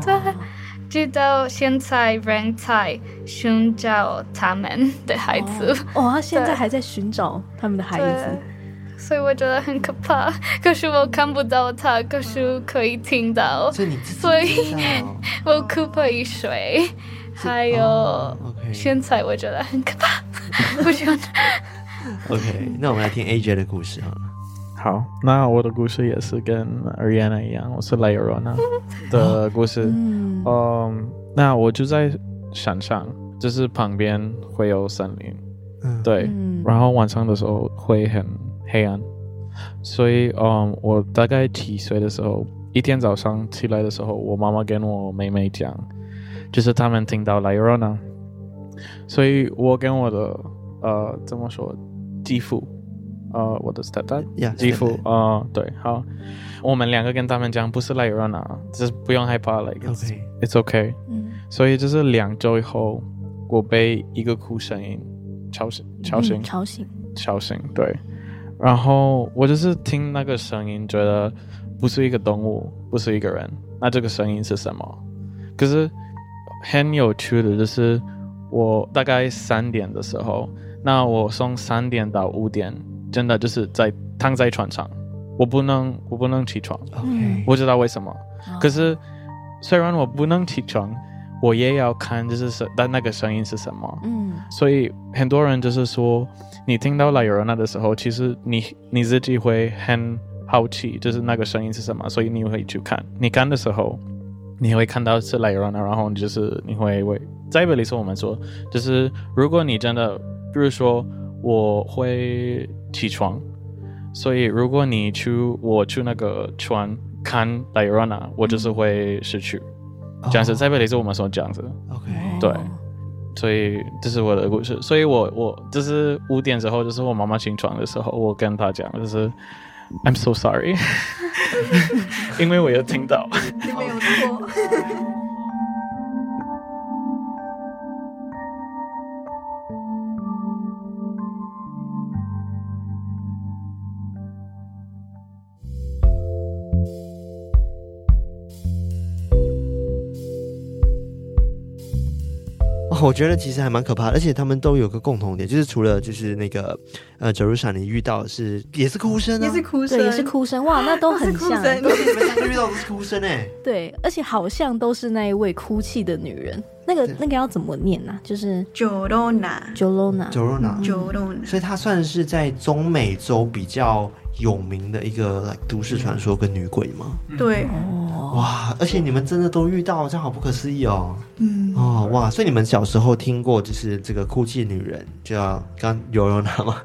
Speaker 4: 直到现在人在寻找他们的孩子，
Speaker 2: 哦，他现在还在寻找他们的孩子。
Speaker 4: 对，所以我觉得很可怕。可是我看不到他，可是可以听到，
Speaker 1: 所以 你自己
Speaker 4: 所以
Speaker 1: 知道
Speaker 4: 我哭不一水， 还有、
Speaker 1: 哦，OK
Speaker 4: 现在我觉得很可怕，不喜欢。
Speaker 1: OK，那我们来听 AJ 的故事好了。
Speaker 5: 好，那我的故事也是跟 Ariana 一样，我是 l a y r o n a 的故事。
Speaker 2: 嗯
Speaker 5: 嗯，那我就在山上，就是旁边会有森林，
Speaker 1: 嗯，
Speaker 5: 对，
Speaker 2: 嗯
Speaker 5: 然后晚上的时候会很黑暗，所以嗯，我大概七岁的时候，一天早上起来的时候，我妈妈跟我妹妹讲，就是他们听到 La Llorona，所以我跟我的呃怎么说继父，呃我的 stepdad
Speaker 1: Yeah，
Speaker 5: 继父
Speaker 1: stepdad
Speaker 5: 啊、呃对，好，我们两个跟他们讲不是 La Llorona，就是不用害怕，like it's
Speaker 1: OK
Speaker 5: it's okay，
Speaker 2: 嗯
Speaker 5: 所以就是两周以后，我被一个哭声音吵醒，吵醒
Speaker 2: 嗯，吵醒。
Speaker 5: 吵醒，对。然后我就是听那个声音，觉得不是一个动物，不是一个人，那这个声音是什么？可是很有趣的，就是我大概三点的时候，那我从三点到五点，真的就是在躺在床上，我不能，我不能起床，
Speaker 1: ，OK，
Speaker 5: 我不知道为什么。
Speaker 2: 啊
Speaker 5: 可是虽然我不能起床，我也要看就是声，但那个声音是什么。
Speaker 2: 嗯
Speaker 5: 所以很多人就是说，你听到 La Llorona 的时候，其实你你自己会很好奇，就是那个声音是什么，所以你会去看。你看的时候，你会看到是 La Llorona，然后你就是你会为在这里说我们说，就是如果你真的，比如说我会起床，所以如果你去我去那个船看 La Llorona，我就是会失去。这样子，在这里是我们说这样子。
Speaker 1: 哦 OK，
Speaker 5: 对所以这是我的故事。所以我我就是五点之后，就是我妈妈起床的时候，我跟她讲，就是 I'm so sorry，因为我有听到。
Speaker 3: 你没有错。
Speaker 1: 哦，我觉得其实还蛮可怕的，而且他们都有个共同点，就是除了就是那个呃 j e r u s a 你遇到的是也是哭声啊，
Speaker 3: 也是哭声，
Speaker 2: 对，也是哭声。哇，那都
Speaker 3: 哦是
Speaker 2: 很
Speaker 3: 哭
Speaker 2: 像。
Speaker 3: 声
Speaker 1: 对，你们三个遇到的是哭声哎，
Speaker 2: 对，而且好像都是那一位哭泣的女人。那个
Speaker 1: 对
Speaker 2: 那个要怎么念呢？就是
Speaker 3: ，Jorona，Jorona，
Speaker 1: j
Speaker 2: Jolona。
Speaker 1: e r u s a
Speaker 3: 嗯
Speaker 1: 所以它算是在中美洲比较有名的一个 like, 都市传说跟女鬼吗？
Speaker 3: 对，
Speaker 2: 嗯
Speaker 3: 哦
Speaker 2: 哦
Speaker 1: 哇！而且你们真的都遇到，这样好不可思议哦！
Speaker 3: 嗯，
Speaker 1: 哦哇！所以你们小时候听过就是这个哭泣女人叫刚尤罗娜 吗？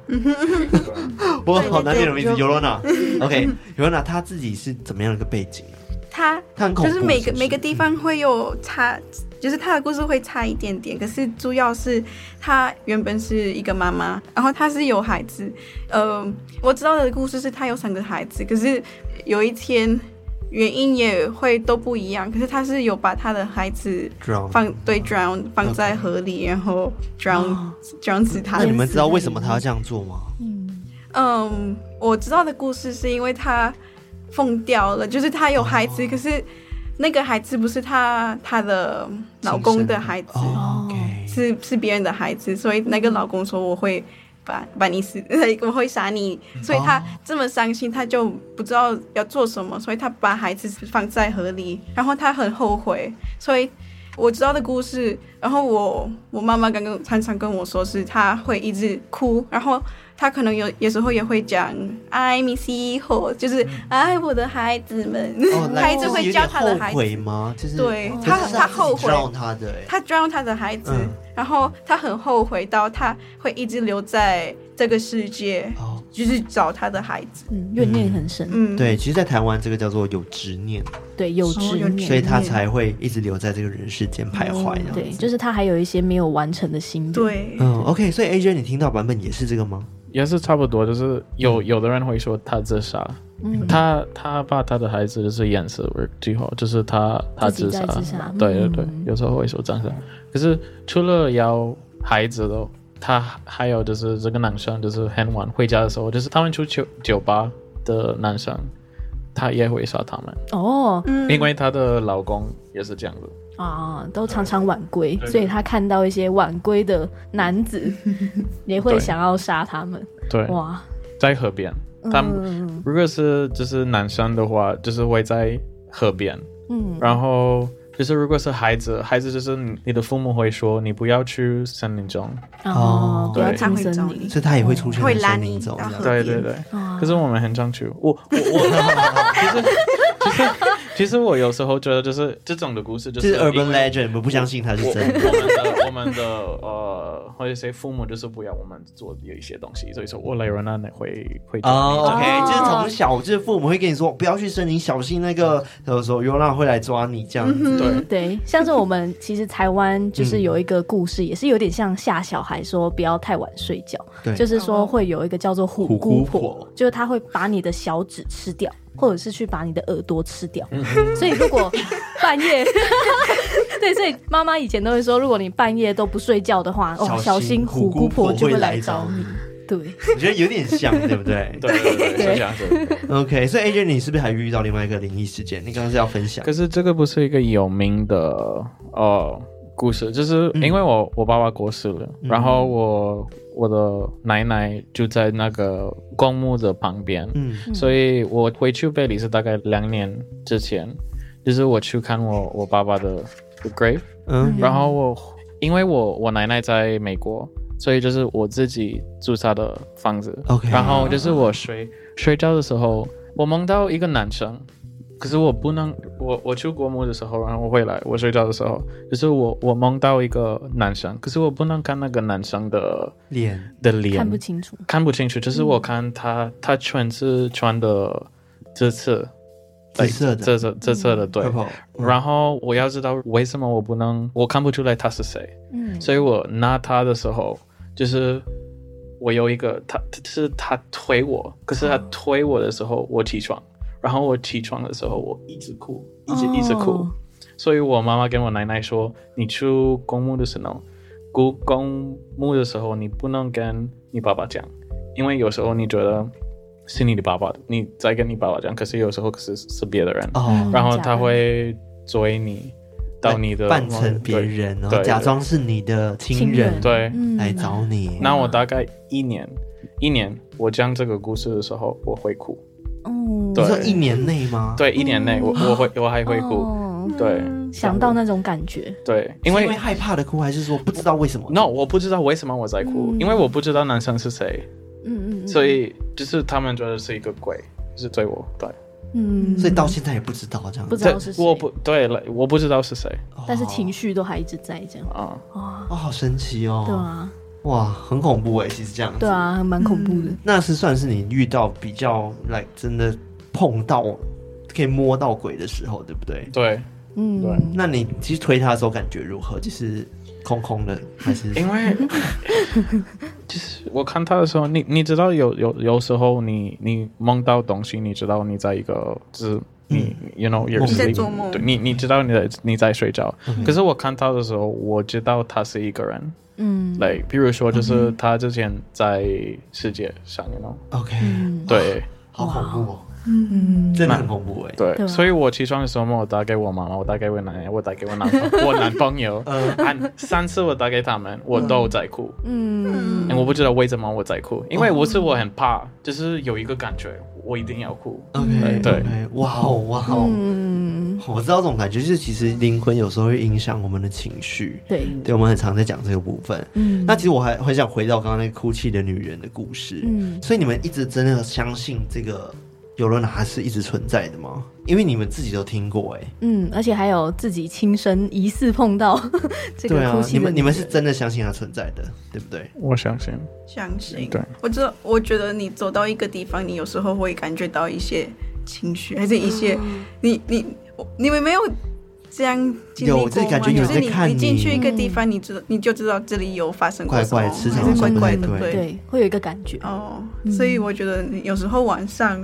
Speaker 1: 我好难念的名字，尤罗娜。OK，尤罗娜她自己是怎么样的一个背景啊？
Speaker 3: 他
Speaker 1: 她很恐
Speaker 3: 就
Speaker 1: 怖，
Speaker 3: 是每个
Speaker 1: 不
Speaker 3: 每个地方会有差，就是他的故事会差一点点。可是主要是他原本是一个妈妈，然后她是有孩子。呃，我知道的故事是她有三个孩子，可是有一天原因也会都不一样。可是她是有把她的孩子
Speaker 1: drown。
Speaker 3: 放对 drown 放在河里，然后 drown、drown 死他
Speaker 1: 哦那。你们知道为什么她要这样做吗？
Speaker 3: 嗯，我知道的故事是因为他疯掉了，就是他有孩子，可是那个孩子不是他他的老公的孩子，
Speaker 1: 哦 OK，
Speaker 3: 是是别人的孩子，所以那个老公说我会把把你死， 我会杀你，
Speaker 1: 嗯
Speaker 3: 所以
Speaker 1: 哦
Speaker 3: 他这么伤心，他就不知道要做什么，所以他把孩子放在河里，然后他很后悔，所以我知道的故事。然后我我妈妈刚刚常常跟我说是她会一直哭，然后她可能有有时候也会讲 I miss you，就是爱我的孩子们，
Speaker 1: 嗯哦，来
Speaker 3: 孩子
Speaker 1: 就是
Speaker 3: 会
Speaker 1: 哦有
Speaker 3: 教
Speaker 1: 点
Speaker 3: 他的
Speaker 1: 后
Speaker 3: 孩
Speaker 1: 悔
Speaker 3: 子。
Speaker 1: 吗？就是
Speaker 3: 对
Speaker 1: 可是
Speaker 3: 他
Speaker 1: 是
Speaker 3: 他
Speaker 1: 自己
Speaker 3: 后悔
Speaker 1: 照他的欸，
Speaker 3: 他抓用他的孩子，
Speaker 1: 嗯
Speaker 3: 然后他很后悔到他会一直留在这个世界，
Speaker 1: 哦，
Speaker 3: 就是找他的孩子。
Speaker 2: 嗯，怨念很深，
Speaker 3: 嗯，哦
Speaker 1: 对，其实，在台湾这个叫做有执念，
Speaker 2: 对，有执
Speaker 3: 有
Speaker 2: 念，
Speaker 1: 所以
Speaker 3: 执
Speaker 1: 他
Speaker 3: 念
Speaker 1: 才会一直留在这个人世间徘徊这样子。
Speaker 2: 嗯对，就是他还有一些没有完成的心愿。
Speaker 3: 对，
Speaker 1: 嗯，OK，所以 AJ 你听到版本也是这个吗？
Speaker 5: 也是差不多，就是有有的人会说他自杀，
Speaker 2: 嗯，
Speaker 5: 他他把他的孩子就是淹死了之后，就是他他
Speaker 2: 自己
Speaker 5: 自杀，
Speaker 2: 在自杀
Speaker 5: 对对
Speaker 2: 嗯
Speaker 5: 对，有时候会说这样子。可是除了要孩子的，他还有就是这个男生就是很晚回家的时候，就是他们去酒酒吧的男生，他也会杀他们，
Speaker 2: 哦
Speaker 3: 嗯
Speaker 5: 因为他的老公也是这样子。
Speaker 2: 啊，都常常晚归，
Speaker 5: 对
Speaker 2: 所以他看到一些晚归的男 子，也会
Speaker 5: 对
Speaker 2: 想要杀他们。
Speaker 5: 对，
Speaker 2: 哇，
Speaker 5: 在河边，他们、
Speaker 2: 嗯
Speaker 5: 如果是就是男生的话，就是会在河边。
Speaker 2: 嗯，
Speaker 5: 然后就是如果是孩子，孩子就是你的父母会说你不要去森林中。
Speaker 1: 哦
Speaker 2: 哦，不要
Speaker 5: 对
Speaker 2: 进森
Speaker 3: 他会找
Speaker 2: 林
Speaker 3: 你
Speaker 1: 所以他也会出现
Speaker 3: 会
Speaker 1: 在
Speaker 3: 拉
Speaker 1: 森
Speaker 3: 你
Speaker 1: 林中这
Speaker 3: 到
Speaker 1: 样
Speaker 3: 河
Speaker 5: 对
Speaker 3: 边
Speaker 5: 对对。
Speaker 2: 啊
Speaker 5: 可是我们很常去，我我我，其实其实其实我有时候觉得就是这种的故事就
Speaker 1: 就是
Speaker 5: 是
Speaker 1: urban
Speaker 5: 因为
Speaker 1: legend，我们不相信它是
Speaker 5: 我
Speaker 1: 真的。
Speaker 5: 我们的我们的呃，或者谁父母就是不要我们做有一些东西，所以说我来人那会会
Speaker 1: 哦、o
Speaker 5: 教你
Speaker 1: k
Speaker 2: 哦
Speaker 1: 就是从小就是父母会跟你说不要去森林，小心那个，然后说尤娜会来抓你这
Speaker 2: 嗯
Speaker 1: 样子。
Speaker 5: 对
Speaker 2: 对，像是我们其实台湾就是有一个故事，也是有点像吓小孩说不要太晚睡觉，
Speaker 1: 对
Speaker 2: 就是说会有一个叫做虎姑
Speaker 1: 虎姑
Speaker 2: 婆
Speaker 1: 婆，
Speaker 2: 就是她会把你的小指吃掉，或者是去把你的耳朵吃掉。 所以如果半夜， 对，所以妈妈以前都会说，如果你半夜都不睡觉的话，哦，小心虎姑婆就
Speaker 1: 会
Speaker 2: 来
Speaker 1: 找
Speaker 2: 找你。。对，
Speaker 1: 我觉得有点像，对不对？
Speaker 5: 对对对，是这样子。
Speaker 1: OK，所以 AJ 你是不是还遇到另外一个灵异事件？你刚刚是要分享
Speaker 5: 可是这个不是一个有名的呃故事，就是因为我、我爸爸过世了，然后我我的奶奶就在那个公墓的旁边，
Speaker 1: 嗯
Speaker 5: 所以我回去贝里是大概两年之前，就是我去看我我爸爸的 grave，
Speaker 1: 嗯
Speaker 5: 然后我因为我我奶奶在美国，所以就是我自己住她的房子。
Speaker 1: OK
Speaker 5: 然后就是我睡睡觉的时候，我梦到一个男生，可是我不能，我我去国母的时候，然后我回来，我睡觉的时候，就是我我梦到一个男生，可是我不能看那个男生的
Speaker 1: 脸
Speaker 5: 的脸，
Speaker 2: 看不清楚。
Speaker 5: 看不清楚，就是我看他、他全是穿的这次。
Speaker 1: 紫色的
Speaker 5: 这这这次的对，
Speaker 1: purple，嗯
Speaker 5: 然后我要知道为什么我不能，我看不出来他是谁，
Speaker 2: 嗯，
Speaker 5: 所以我拿他的时候，就是我有一个他是他推我，可是他推我的时候我起床，然后我起床的时候我一直哭，一直一直哭，
Speaker 2: 哦
Speaker 5: 所以我妈妈跟我奶奶说，你去公墓的时候，公公墓的时候你不能跟你爸爸讲，因为有时候你觉得是你的爸爸，你在跟你爸爸讲，可是有时候可是是别的人，
Speaker 1: 哦，
Speaker 5: 然后
Speaker 2: 假
Speaker 5: 他
Speaker 2: 的
Speaker 5: 会追你到你的
Speaker 1: 扮成别
Speaker 5: 对
Speaker 1: 人，然
Speaker 5: 对
Speaker 1: 后
Speaker 5: 对
Speaker 1: 假装是你的亲
Speaker 2: 亲
Speaker 1: 人
Speaker 2: 人
Speaker 5: 对，
Speaker 2: 嗯
Speaker 1: 来找你。
Speaker 5: 那我大概一年，一年我讲这个故事的时候，我会哭。
Speaker 2: 嗯
Speaker 1: 你
Speaker 5: 对
Speaker 1: 说一年内吗？，
Speaker 5: 对，一年内我我会我还会哭。
Speaker 2: 哦
Speaker 5: 对
Speaker 2: 想到那种感觉，
Speaker 5: 对，因
Speaker 1: 因为
Speaker 5: 为
Speaker 1: 害怕的哭，还是说不知道为什么
Speaker 5: no 我不知道为什么我在哭，
Speaker 2: 嗯
Speaker 5: 因为我不知道男生是谁，
Speaker 2: 嗯嗯，嗯
Speaker 5: 所以就是他们觉得是一个鬼，就是对我对，
Speaker 2: 嗯，
Speaker 1: 所以到现在也不知道这样
Speaker 2: 不
Speaker 1: 子。
Speaker 2: 知道是谁
Speaker 5: 我不对了，我不知道是谁
Speaker 2: 但是情
Speaker 1: 绪
Speaker 2: 绪都还一直在这样
Speaker 5: 啊。
Speaker 2: 哇，
Speaker 1: 哦，好神奇哦。
Speaker 2: 对啊，
Speaker 1: 哇，很恐怖哎，其实这样子。
Speaker 2: 对啊，还蛮恐怖的。
Speaker 1: 那是算是你遇到比较来真的碰到可以摸到鬼的时候，对不对？
Speaker 5: 对，
Speaker 2: 嗯，
Speaker 5: 对
Speaker 1: 那你其实推他的时候感觉如何？就是空空的，还是
Speaker 2: 嗯
Speaker 5: 因为 就是我看他的时候，你你知道有有有时候你你梦到东西，你知道你在一个就是你、you know you're
Speaker 1: 梦里
Speaker 5: sleeping，
Speaker 1: 在
Speaker 3: 做梦
Speaker 5: 对你你知道你在你在睡觉，可是我看他的时候，我知道他是一个人，
Speaker 2: 嗯，
Speaker 5: 来、比如说就是他之前在世界上，you know，
Speaker 1: OK？
Speaker 2: 嗯，
Speaker 5: 对
Speaker 1: 好恐怖哦！
Speaker 2: 嗯，
Speaker 1: 真的很恐怖哎、
Speaker 5: 对，
Speaker 2: 对啊
Speaker 5: 所以我起床的时候嘛，我打给我妈妈，我打给我奶 奶，我打给我男朋我男朋友，按三次我打给他们，我都在哭。哎
Speaker 2: 嗯，
Speaker 5: 我不知道为什么我在哭，因为我是我很怕，就是有一个感觉，我一定要哭。
Speaker 1: OK，
Speaker 5: 对
Speaker 1: OK，哇哦哇哦，
Speaker 2: 嗯，
Speaker 1: 我知道这种感觉，就是其实灵魂有时候会影响我们的情绪。
Speaker 2: 对，
Speaker 1: 对，我们很常在讲这个部分。
Speaker 2: 嗯
Speaker 1: 那其实我还很想回到刚刚那个哭泣的女人的故事。
Speaker 2: 嗯
Speaker 1: 所以你们一直真的相信这个尤伦娜是一直存在的吗？因为你们自己都听过哎、
Speaker 2: 嗯，而且还有自己亲身疑似碰到 这
Speaker 1: 对
Speaker 2: 个
Speaker 1: 啊
Speaker 2: 哭，泣
Speaker 1: 你
Speaker 2: 的
Speaker 1: 们
Speaker 2: 女
Speaker 1: 你们
Speaker 2: 人
Speaker 1: 是真的相信它存在的，对不对？
Speaker 5: 我相信，
Speaker 3: 相信。
Speaker 5: 对，
Speaker 3: 我知道，我觉得你走到一个地方，你有时候会感觉到一些情绪，还是一些
Speaker 1: 嗯
Speaker 3: 你你我你们没有这样经历
Speaker 1: 有
Speaker 3: 过吗？
Speaker 1: 这感觉有人
Speaker 3: 就是
Speaker 1: 在看
Speaker 3: 你，你进
Speaker 1: 你
Speaker 3: 去一个地方，你知道你就知道这里有发生过
Speaker 1: 怪
Speaker 3: 什么，
Speaker 1: 怪磁场
Speaker 3: 还是
Speaker 1: 好
Speaker 3: 怪
Speaker 1: 像不
Speaker 3: 怪
Speaker 1: 太
Speaker 3: 的，
Speaker 1: 对啊
Speaker 2: 对会有一个感觉，
Speaker 3: 哦，
Speaker 1: 嗯
Speaker 3: 所以我觉得你有时候晚上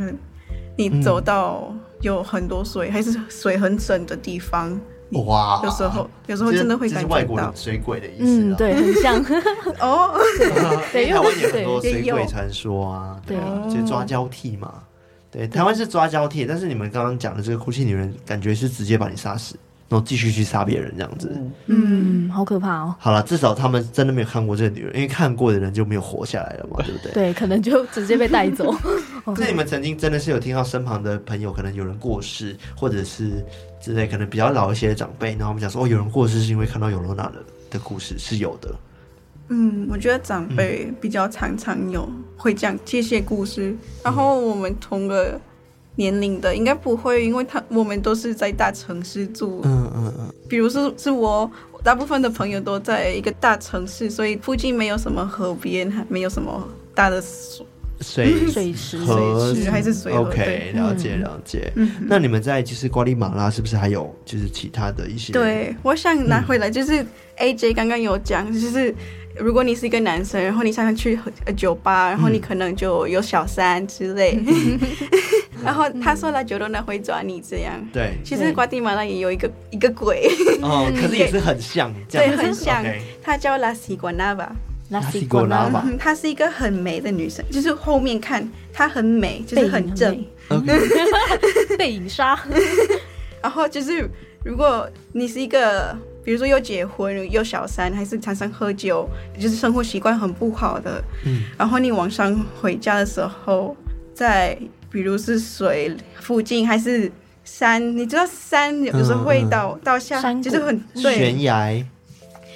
Speaker 3: 你走到有很多水，还是水很深的地方，你
Speaker 1: 哇，
Speaker 3: 有时候有时候真的会
Speaker 1: 这是
Speaker 3: 感
Speaker 1: 哦这是外
Speaker 3: 觉
Speaker 1: 国
Speaker 3: 到
Speaker 1: 人水鬼的意思、
Speaker 2: 嗯，
Speaker 1: 啊。
Speaker 2: 对，很像，
Speaker 3: 哦，
Speaker 2: 对因为
Speaker 1: 台
Speaker 2: 我
Speaker 1: 湾有很多
Speaker 3: 对
Speaker 1: 水
Speaker 3: 也
Speaker 1: 鬼
Speaker 3: 有
Speaker 1: 传说啊，对啊，
Speaker 2: 对
Speaker 1: 就抓交替嘛。对，台湾是抓交替，但是你们刚刚讲的这个哭泣女人，感觉是直接把你杀死，然后继续去杀别人这样子。
Speaker 2: 嗯，好可怕哦。
Speaker 1: 好了，至少他们真的没有看过这个女人，因为看过的人就没有活下来了嘛，对不对？。
Speaker 2: 对，可能就直接被带走。
Speaker 1: 那你们曾经真的是有听到身旁的朋友可能有人过世，或者是之类，可能比较老一些的长辈，然后我们讲说哦，有人过世是因为看到有罗娜的的故事是有的，
Speaker 3: 嗯，我觉得长辈比较常常有会讲这些故事，然后我们同个年龄的应该不会，因为他我们都是在大城市住，
Speaker 1: 嗯嗯嗯，
Speaker 3: 比如是是我大部分的朋友都在一个大城市，所以附近没有什么河边，还没有什么大的水
Speaker 1: 水
Speaker 2: 水池
Speaker 1: 河
Speaker 3: 池还是水河
Speaker 1: OK，
Speaker 3: 对嗯
Speaker 1: 了解了解。那你们在就是瓜地马拉是不是还有就是其他的一些？，
Speaker 3: 对，我想拿回来，就是 AJ 刚刚有讲，就是如果你是一个男生，然后你想去呃酒吧，然后你可能就有小三之类， 然后他说来酒楼呢会抓你这样。
Speaker 1: 对，
Speaker 3: 其
Speaker 2: 对
Speaker 3: 实瓜地马拉也有一个一个鬼，
Speaker 1: 哦，可是也是很像这样
Speaker 3: 嗯对，
Speaker 1: 子，
Speaker 3: 很像
Speaker 1: OK，
Speaker 3: 他叫拉西瓜纳吧，
Speaker 2: 拉
Speaker 1: 西
Speaker 2: 西
Speaker 1: 瓜
Speaker 2: 瓜
Speaker 1: 拉吧
Speaker 2: 拉，
Speaker 3: 嗯她是一个很美的女生，就是后面看她很美，就是很正，
Speaker 2: 被影杀。
Speaker 3: 然后就是，如果你是一个，比如说又结婚又小三，还是常常喝酒，就是生活习惯很不好的，
Speaker 1: 嗯，
Speaker 3: 然后你晚上回家的时候，在比如是水附近还是山，你知道山有时候会到、到下，
Speaker 2: 山谷
Speaker 3: 就是很对。
Speaker 1: 嗯悬崖，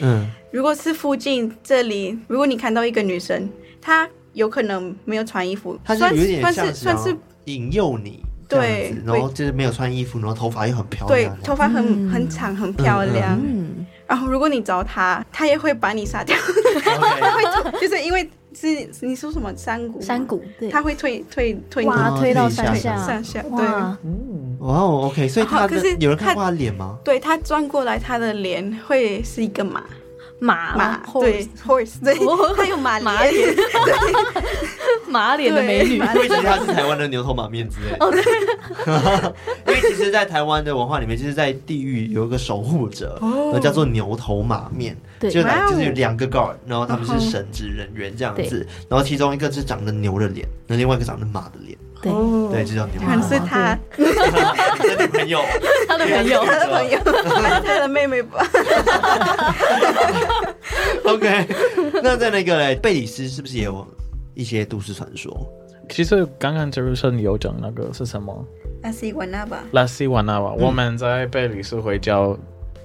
Speaker 1: 嗯，
Speaker 3: 如果是附近这里，如果你看到一个女生，她有可能没有穿衣服，
Speaker 1: 它是
Speaker 3: 算
Speaker 1: 有点
Speaker 3: 算
Speaker 1: 像
Speaker 3: 是算
Speaker 1: 想
Speaker 3: 是
Speaker 1: 要引诱你。
Speaker 3: 对
Speaker 1: 这样子然后就是没有穿衣服，然后头发又很漂
Speaker 3: 对
Speaker 1: 亮，哦
Speaker 3: 头发很很长
Speaker 1: 嗯
Speaker 3: 很漂亮。
Speaker 2: 嗯，
Speaker 3: 然后如果你找他，他也会把你杀 掉，他
Speaker 1: OK
Speaker 3: 会就是因为是你说什么山谷吗，
Speaker 2: 山谷对，
Speaker 3: 他会推推推你
Speaker 2: 哇
Speaker 1: 哦
Speaker 2: 推到
Speaker 1: 自己
Speaker 2: 山
Speaker 1: 下
Speaker 2: 下
Speaker 3: 上，下，对
Speaker 2: 哇，
Speaker 1: 哇哦，OK，所以他的
Speaker 3: 啊可是
Speaker 1: 有人看
Speaker 3: 它
Speaker 1: 过他脸吗？
Speaker 3: 对，他转过来，他的脸会是一个马
Speaker 2: 马
Speaker 3: 马
Speaker 2: 马，
Speaker 3: 对 horse，对
Speaker 2: 哦，
Speaker 3: 他有马
Speaker 2: 马
Speaker 3: 脸，
Speaker 2: 马脸的美
Speaker 3: 啊对哦
Speaker 2: 女，
Speaker 3: 马
Speaker 1: 因为其实他是台湾的牛头马面之类 的。因为其实，在台湾的文化里面，就是在地狱有一个守护者，那叫做牛头马面，
Speaker 2: 对
Speaker 1: 就来
Speaker 3: 哦哇哦嗯
Speaker 1: 就是有两个 guard，然后他们是神职人员这样子，然后其中一个是长着牛的脸，那另外一个长着马的脸，
Speaker 2: 对，
Speaker 4: 哦
Speaker 1: 对，就叫牛头
Speaker 3: 可
Speaker 1: 马
Speaker 3: 能 是
Speaker 1: 面。
Speaker 3: 他
Speaker 1: 你的女朋 友，
Speaker 2: 他的朋 友
Speaker 3: 他的朋友，还是他的妹妹吧？
Speaker 1: OK，那在那个嘞，贝里斯是不是也有一些都市传说？
Speaker 5: 其实刚刚 Jerusalem 有讲那个是什么
Speaker 3: 那是伊万娜吧？
Speaker 5: 拉西瓦纳吧，我们在贝里斯回教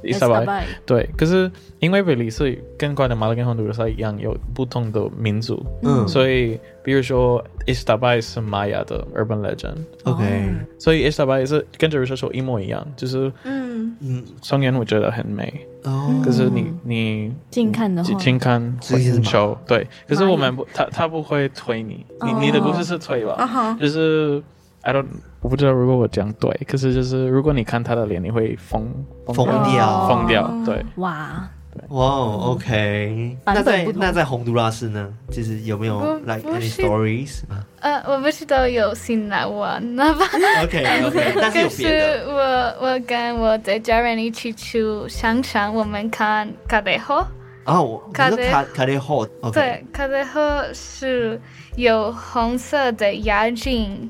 Speaker 5: 伊莎白。对，可是因为贝里斯跟瓜地马拉跟洪都拉斯一样有不同的民族，
Speaker 1: 嗯
Speaker 5: 所以比如说伊莎白是玛雅的 urban legend，
Speaker 1: ，OK，
Speaker 5: 所以伊莎白是跟 Jerusalem 一模一样，就是
Speaker 4: 哦
Speaker 3: 嗯，
Speaker 1: 嗯，
Speaker 5: 双眼我觉得很美，
Speaker 1: 哦，
Speaker 5: 可是你你
Speaker 2: 近看的话
Speaker 5: 近，近看
Speaker 1: 这些是
Speaker 5: 很
Speaker 1: 马
Speaker 5: 丑，对，可是
Speaker 2: 马
Speaker 5: 我
Speaker 2: 眼
Speaker 5: 们不，他他不会推你，你你的故事是推吧
Speaker 3: 哦哈
Speaker 5: 就是 I don't，我不知道如果我讲对，可是就是如果你看他的脸，你会疯
Speaker 1: 疯掉
Speaker 5: 疯掉，对。
Speaker 2: 哇，
Speaker 1: 哇、哦 o k
Speaker 2: 版
Speaker 1: 那
Speaker 2: 本
Speaker 1: 在
Speaker 2: 不同
Speaker 1: 那在洪都拉斯呢，就是有没有
Speaker 4: 我
Speaker 1: like
Speaker 4: 我
Speaker 1: any
Speaker 4: 是
Speaker 1: stories？ 啊
Speaker 4: 呃，我不知道有新来玩那吧。
Speaker 1: OK OK，但是有
Speaker 4: 可
Speaker 1: 别的
Speaker 4: 是我我跟我的家人一起去商场，我们看卡雷后。
Speaker 1: 啊，我
Speaker 4: 卡
Speaker 1: 你
Speaker 4: 德
Speaker 1: 说卡卡列后，OK，
Speaker 4: 对，卡雷后是有红色的眼镜，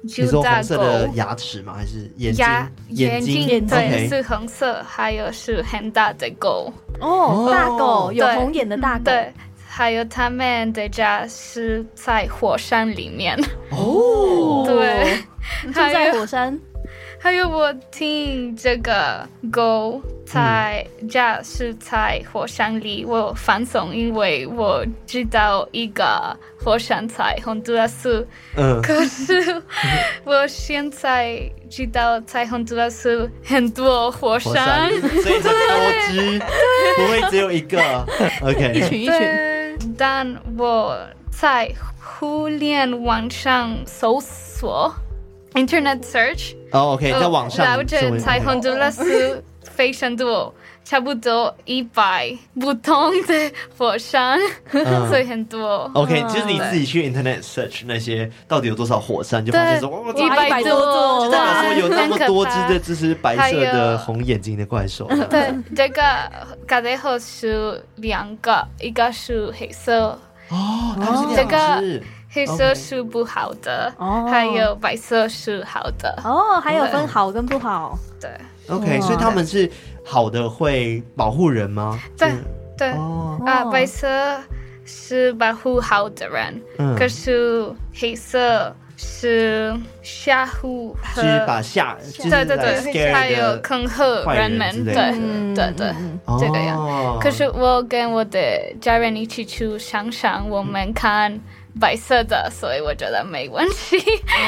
Speaker 1: 你
Speaker 4: 巨
Speaker 1: 说
Speaker 4: 大
Speaker 1: 红色
Speaker 4: 狗
Speaker 1: 的牙齿吗？还是眼睛
Speaker 4: 牙？眼
Speaker 1: 睛
Speaker 4: 睛对
Speaker 1: OK
Speaker 4: 是红色，还有是很大的狗，
Speaker 2: 哦，大狗有
Speaker 4: 对嗯
Speaker 2: 红眼的大狗，
Speaker 4: 对，还有他们的家是在火山里面，
Speaker 1: 哦，
Speaker 4: 对，
Speaker 2: 住
Speaker 4: 还
Speaker 2: 在
Speaker 4: 有
Speaker 2: 火山，
Speaker 4: 还有我听这个狗在家是在火山里，我放松，因为我知道一个火山在洪都拉斯，
Speaker 1: 嗯，
Speaker 4: 可是 我现在知道在洪都拉斯很多火
Speaker 1: 火
Speaker 4: 山
Speaker 1: 山，。所以这多 只，不会只有一个。
Speaker 2: 一
Speaker 1: OK，
Speaker 2: 群一群，
Speaker 4: 对，但我在互联网上搜索 （internet search），
Speaker 1: 哦，OK，在网
Speaker 4: 呃
Speaker 1: 上
Speaker 4: 了解彩虹
Speaker 1: 的
Speaker 4: 杜拉斯非常多，差不多一百不同的火山，
Speaker 1: 嗯
Speaker 4: 所以很多。
Speaker 1: OK，就是你自己去 internet search 那些到底有多少火山，就发现说哇，
Speaker 4: 一
Speaker 1: 这
Speaker 4: 百
Speaker 2: 多
Speaker 4: 多，
Speaker 1: 代表说
Speaker 4: 对，
Speaker 1: 有那么
Speaker 4: 很可
Speaker 1: 多只
Speaker 4: 怕
Speaker 1: 的，这是白色的红眼睛的怪兽。
Speaker 4: 对，这个咖喱后是两个，一个是黑色，
Speaker 1: 哦，它们是
Speaker 4: 这
Speaker 1: 两
Speaker 4: 个
Speaker 1: 只。
Speaker 4: 黑
Speaker 1: OK
Speaker 4: 色是不好的
Speaker 2: 哦
Speaker 4: 还有白色是好的。
Speaker 2: 哦，还有分好跟不好，
Speaker 4: 对
Speaker 1: OK，
Speaker 2: 哇
Speaker 1: 所以他们是好的会保护人吗？
Speaker 4: 对
Speaker 1: 嗯
Speaker 4: 对啊、
Speaker 1: 哦，
Speaker 2: 哦
Speaker 4: 白色是保护好的人，
Speaker 1: 嗯
Speaker 4: 可是黑色是吓唬
Speaker 1: 就
Speaker 4: 和
Speaker 1: 是把吓，就是
Speaker 4: 对对
Speaker 1: 来
Speaker 4: 对，还
Speaker 1: scare
Speaker 4: 有
Speaker 1: 的
Speaker 4: 恐吓
Speaker 1: 坏人之
Speaker 4: 们，
Speaker 1: 类
Speaker 4: 对
Speaker 1: 的
Speaker 4: 对对
Speaker 2: 嗯，
Speaker 4: 这个样。
Speaker 1: 哦
Speaker 4: 可是我跟我的家人一起去香港，我们看白色的，所以我觉得没问 题。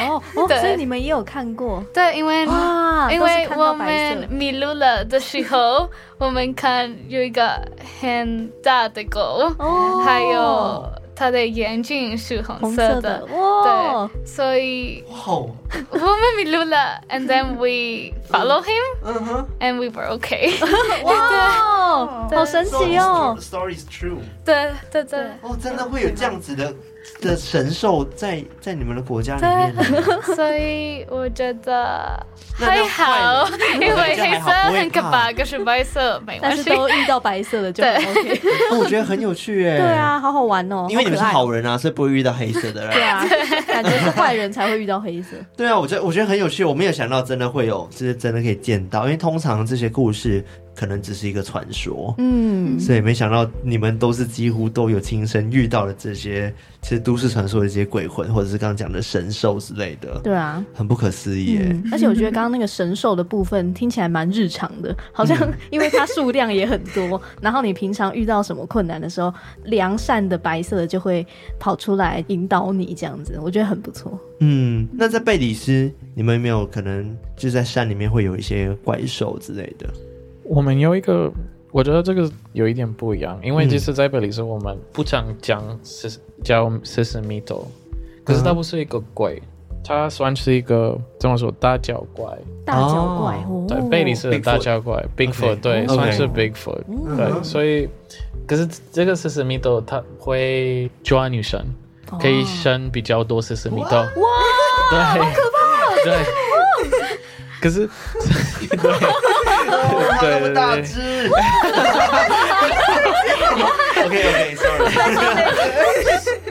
Speaker 2: 哦哦，
Speaker 4: 对
Speaker 2: 所以你们也有看过
Speaker 4: 对，因为
Speaker 2: 哇，
Speaker 4: 因
Speaker 2: 都是
Speaker 4: 为
Speaker 2: 看
Speaker 4: 我
Speaker 2: 到白色
Speaker 4: 们迷路了的时候，我们看有一个很大的狗，
Speaker 2: 哦，
Speaker 4: 还有它的眼睛是红
Speaker 2: 红
Speaker 4: 色
Speaker 2: 色
Speaker 4: 的
Speaker 2: 的，哇，
Speaker 4: 对，所以
Speaker 1: 哇，
Speaker 4: 我们迷路了，and then we follow him
Speaker 1: 嗯哼，
Speaker 4: and we were okay
Speaker 2: 哇，
Speaker 4: 对
Speaker 2: 好神奇哦
Speaker 1: So，it's true- Story is true。
Speaker 4: 对。对对对
Speaker 1: 哦，真的会有这样子的的神兽在在你们的国家里面呢？
Speaker 4: 所以我觉得
Speaker 1: 那
Speaker 4: 还好，因为黑色很可
Speaker 1: 那
Speaker 4: 怕，
Speaker 1: 我
Speaker 4: 可是白色没
Speaker 2: 但
Speaker 4: 关
Speaker 2: 是
Speaker 4: 系。
Speaker 2: 都遇到白色的就很 OK，
Speaker 1: 哦我觉得很有趣耶。
Speaker 2: 对，啊，好好玩哦，
Speaker 1: 因为你们是
Speaker 2: 可爱哦
Speaker 1: 好人啊，所以不会遇到黑色的
Speaker 2: 对
Speaker 1: 人。
Speaker 2: 啊，感觉是坏人才会遇到黑色。
Speaker 1: 对啊，我觉得我觉得很有趣，我没有想到真的会有，就是真的可以见到，因为通常这些故事可能只是一个传说。
Speaker 2: 嗯，
Speaker 1: 所以没想到你们都是几乎都有亲身遇到的这些，其实都市传说的这些鬼魂，或者是刚刚讲的神兽之类的，
Speaker 2: 对啊。
Speaker 1: 很不可思议耶。
Speaker 2: 嗯，而且我觉得刚刚那个神兽的部分听起来蛮日常的，好像
Speaker 5: 嗯
Speaker 2: 因为它数量也很多，然后你平常遇到什么困难的时候，良善的白色的就会跑出来引导你这样子，我觉得很不错。
Speaker 1: 嗯，那在贝里斯，你们有没有可能就在山里面会有一些怪兽之类的？
Speaker 5: 我们有一个，我觉得这个有一点不一样，因为
Speaker 1: 嗯
Speaker 5: 其实在贝里斯我们不常讲是叫 s i s m i t o 可是它
Speaker 1: 嗯
Speaker 5: 不是一个鬼，它算是一个怎么说大脚怪。
Speaker 2: 大脚怪哦，
Speaker 5: 对，贝里斯的
Speaker 1: Bigfoot
Speaker 5: 大脚怪
Speaker 1: OK，
Speaker 5: Bigfoot，对，
Speaker 1: OK 嗯
Speaker 5: 算是 Bigfoot，对，所以可是这个 s i s m i t o 它会抓女生，可以生比较多 s i s m i t o
Speaker 2: 哇，
Speaker 5: 对，好可怕！对，可是，
Speaker 3: 哦
Speaker 5: 对，对对对，
Speaker 1: 只？OK OK，Sorry，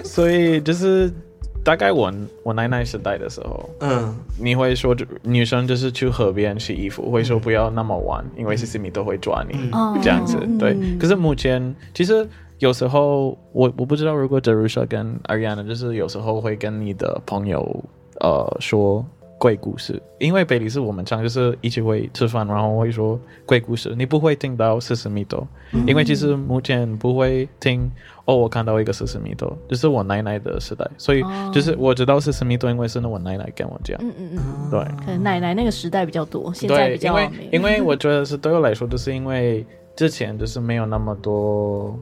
Speaker 5: 所以就是大概我我奶奶时代的时候，
Speaker 1: 嗯，
Speaker 5: 你会说就女生就是去河边洗衣服，会说不要那么晚，因为 C C 米都会抓你、
Speaker 2: 嗯
Speaker 5: 这样子。对，
Speaker 2: 嗯
Speaker 5: 可是目前其实。有时候我我不知道，如果 Jerusha 跟 Ariana 就是有时候会跟你的朋友呃说鬼故事，因为北里是我们常就是一起会吃饭，然后会说鬼故事，你不会听到四十米多，
Speaker 2: 嗯
Speaker 5: 因为其实目前不会听哦，我看到一个四十米多，就是我奶奶的时代，所以
Speaker 2: 哦
Speaker 5: 就是我知道四十米多，因为是我奶奶跟我讲。
Speaker 2: 嗯嗯嗯，
Speaker 5: 对
Speaker 2: 可能奶奶那个时代比较多，现在
Speaker 5: 对
Speaker 2: 比，较
Speaker 5: 因为
Speaker 2: 没有
Speaker 5: 因为我觉得是对我来说，就是因为之前就是没有那么多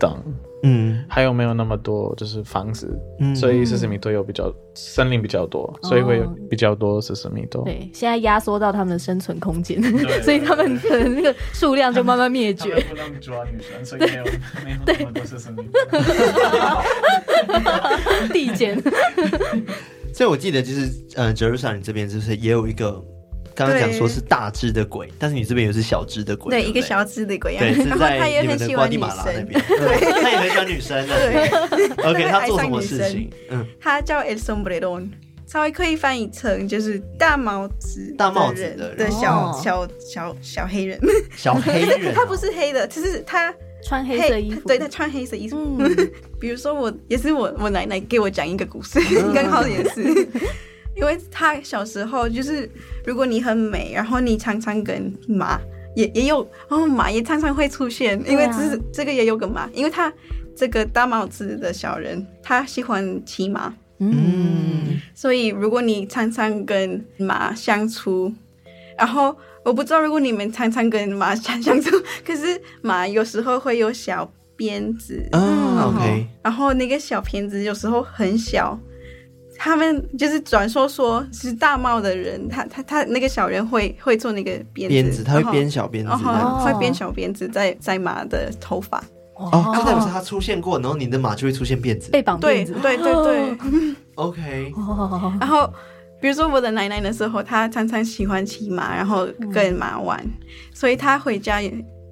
Speaker 5: 灯，
Speaker 1: 嗯
Speaker 5: 还有没有那么多就是房子，
Speaker 1: 嗯
Speaker 5: 所以四十米多有比较森林比较多，所以会有比较多四十米多。
Speaker 2: 哦对，现在压缩到他们的生存空间， 所以他们可能那个数量就慢慢灭绝。
Speaker 5: 不能抓女生，所以没有没有那么多四十米。
Speaker 2: 递减。
Speaker 1: 所以我记得就是，呃，Jerusalem 这边就是也有一个，刚刚讲说是大只的鬼，但是你这边有是小只的鬼，
Speaker 3: 对，
Speaker 1: 不
Speaker 3: 一个小只的鬼样啊
Speaker 1: 对，，是
Speaker 3: 然后
Speaker 1: 在
Speaker 3: 他也
Speaker 1: 你
Speaker 3: 很
Speaker 1: 们的
Speaker 3: 喜
Speaker 1: 瓜
Speaker 3: 欢
Speaker 1: 地
Speaker 3: 女
Speaker 1: 马拉那
Speaker 3: 生，
Speaker 1: 边，嗯 他也很喜欢女生的。
Speaker 3: 对，
Speaker 1: OK，
Speaker 3: 会
Speaker 1: 他做
Speaker 3: 爱
Speaker 1: 什
Speaker 3: 上
Speaker 1: 么
Speaker 3: 女
Speaker 1: 事
Speaker 3: 生
Speaker 1: 情？嗯，
Speaker 3: 他叫 El Sombrerón，稍微刻意翻译成就是大帽子
Speaker 1: 大帽子
Speaker 3: 人
Speaker 1: 的人
Speaker 3: 的小、
Speaker 2: 哦
Speaker 3: 小小小黑人，
Speaker 1: 小黑人哦，
Speaker 3: 他不是黑的，就是他
Speaker 2: 穿黑
Speaker 3: 黑
Speaker 2: 色衣服，
Speaker 3: 对他穿黑色衣服。
Speaker 2: 嗯，
Speaker 3: 比如说我也是我我奶奶给我讲一个故事，
Speaker 2: 嗯
Speaker 3: 刚好也是， 因为她小时候就是如果你很美，然后你常常跟马也也有，然后马也常常会出现，因为
Speaker 2: 对
Speaker 3: 这
Speaker 2: 啊
Speaker 3: 是、这个也有个马，因为他这个大帽子的小人他喜欢骑马，
Speaker 2: 嗯，
Speaker 3: 所以如果你常常跟马相处，然后我不知道如果你们常常跟马相相处， 可是马有时候会有小鞭子，
Speaker 1: 啊，OK，
Speaker 3: 然后那个小瓶子有时候很小，他们就是传说说是大帽的人，他他他那个小人会会做那个鞭子，哦
Speaker 1: 鞭子，他
Speaker 3: 然
Speaker 1: 会
Speaker 3: 后
Speaker 1: 编，小鞭子
Speaker 3: 然
Speaker 1: 这样。
Speaker 3: 后会编小鞭子在在马的头发，
Speaker 1: 哦，就代表是他出现过，然后你的马就会出现辫子。
Speaker 2: 被绑
Speaker 3: 对
Speaker 2: 辫子，
Speaker 3: 对对对，
Speaker 1: OK，
Speaker 2: 哦，
Speaker 3: 然后。比如说我的奶奶的时候，她常常喜欢骑马，然后跟马玩，所以她回家也，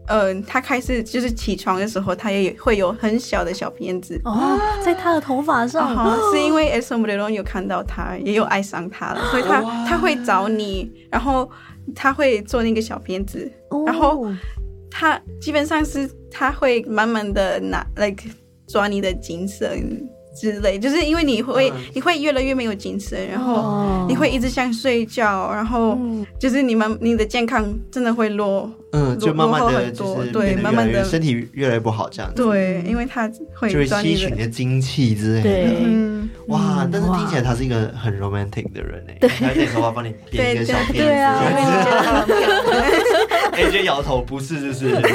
Speaker 3: 嗯、呃，她开始就是起床的时候，她也会有很小的小鞭子，
Speaker 2: 哦，在他的头发上，
Speaker 3: 哦，是因为 S M 的人有看到他，也有爱上他了，所以他他会找你，然后他会做那个小鞭子，
Speaker 2: 哦
Speaker 3: 然后他基本上是他会慢慢的拿 like 抓你的精神之类，就是因为你会、
Speaker 1: 嗯
Speaker 3: 你会越来越没有精神，然后
Speaker 2: 哦
Speaker 3: 你会一直想睡觉，然后
Speaker 2: 嗯
Speaker 3: 就是你们你的健康真的会落，
Speaker 1: 嗯，就
Speaker 3: 落
Speaker 1: 慢慢
Speaker 3: 落后
Speaker 1: 的
Speaker 3: 很
Speaker 1: 就
Speaker 3: 多
Speaker 1: 是
Speaker 3: 对
Speaker 1: 变得
Speaker 3: 慢
Speaker 1: 越来
Speaker 3: 慢
Speaker 1: 越
Speaker 3: 地
Speaker 1: 身体越来越不好这样子，
Speaker 3: 对，因为他会
Speaker 1: 就会
Speaker 3: 抓你
Speaker 1: 吸取
Speaker 3: 的
Speaker 1: 你，的精气之类的。
Speaker 2: 对
Speaker 3: 嗯。
Speaker 1: 哇，
Speaker 2: 嗯
Speaker 1: 但是听起来
Speaker 2: 哇
Speaker 1: 他是一个很 romantic 的人哎，他在头发帮你编一个小辫子，
Speaker 2: 对啊
Speaker 1: 这
Speaker 3: 因
Speaker 1: 样
Speaker 3: 为你
Speaker 1: 子
Speaker 3: 觉得很漂 亮
Speaker 1: AJ 摇头，不是，就是不是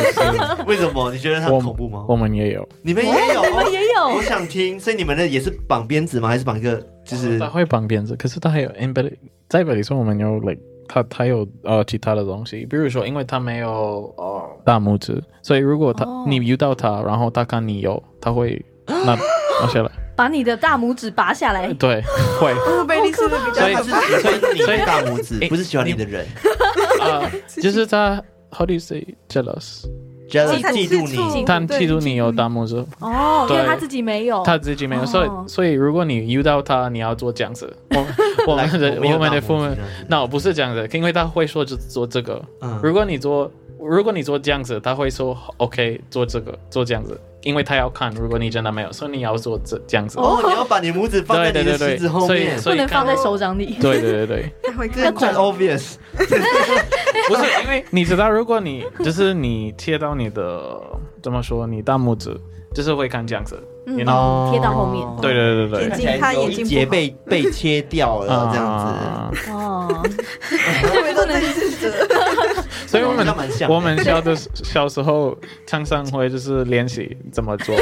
Speaker 1: 为什么？你觉得他
Speaker 5: 我
Speaker 1: 恐怖吗
Speaker 5: 我？们也有，
Speaker 1: 你们也有，
Speaker 2: 哦也有
Speaker 1: 我想听，所以你们的也是绑鞭子吗？还是绑一个就是
Speaker 5: 哦他会绑辫子，可是他还有 in 本在本里说我们有 like 他他有呃其他的东西，比如说因为他没有呃大拇指，所以如果他、
Speaker 2: 哦
Speaker 5: 你遇到他，然后他看你有，他会拿拿下来，
Speaker 2: 把你的大拇指拔下来，
Speaker 5: 对，会。
Speaker 3: 哦，贝利斯的比较
Speaker 5: 所以
Speaker 1: 他
Speaker 3: 好
Speaker 1: 是喜欢你
Speaker 5: 所以
Speaker 1: 的大拇指，
Speaker 5: 哎
Speaker 1: 不是喜欢你的人，
Speaker 5: 啊，就是他 how do you say jealous？
Speaker 1: jealous
Speaker 3: 他
Speaker 1: 嫉
Speaker 3: 嫉
Speaker 1: 妒
Speaker 3: 妒
Speaker 1: 你。
Speaker 5: 他
Speaker 3: 对
Speaker 5: 嫉妒你有大拇指，
Speaker 2: 哦，因
Speaker 5: 对
Speaker 2: 为他自己没有，
Speaker 5: 他自己没有，所
Speaker 2: 哦
Speaker 5: 以所以如果你遇到他，你要做这样子。我我
Speaker 1: 来
Speaker 5: 们的
Speaker 1: 我没有
Speaker 5: 我们
Speaker 1: 大
Speaker 5: 的
Speaker 1: 拇指
Speaker 5: 父母
Speaker 1: 这样子，
Speaker 5: 那我不是这样子，因为他会说就做这个。
Speaker 1: 嗯
Speaker 5: 如果你做如果你做这样子，他会说 OK 做这个做这样子，因为他要看，如果你真的没有，所以你要做这这样子。
Speaker 1: 哦，你要把你拇指放在
Speaker 5: 对
Speaker 1: 你
Speaker 5: 对
Speaker 1: 的
Speaker 5: 对
Speaker 1: 食
Speaker 5: 对，
Speaker 1: 指后
Speaker 5: 所以
Speaker 1: 面，
Speaker 5: 所
Speaker 2: 不
Speaker 5: 以
Speaker 2: 能
Speaker 5: 看
Speaker 2: 放在手掌里，
Speaker 5: 对对 对对，
Speaker 3: 他会
Speaker 1: 这个
Speaker 3: 更
Speaker 1: 快 obvious。
Speaker 5: 不是因为你知道，如果你就是你贴到你的怎么说，你大拇指就是会看这样子，
Speaker 2: 嗯
Speaker 5: 你知道？
Speaker 1: 哦
Speaker 2: 贴到后面
Speaker 5: 对对对
Speaker 3: 眼
Speaker 5: 对
Speaker 3: 睛他眼睛不好
Speaker 1: 节被被切掉
Speaker 5: 对，
Speaker 1: 了，这样
Speaker 5: 啊
Speaker 2: 哦，
Speaker 3: 对，不能是这，
Speaker 5: 所以我 们
Speaker 1: 好像蛮像的
Speaker 5: 我们小的小时候常常会就是练习怎么做，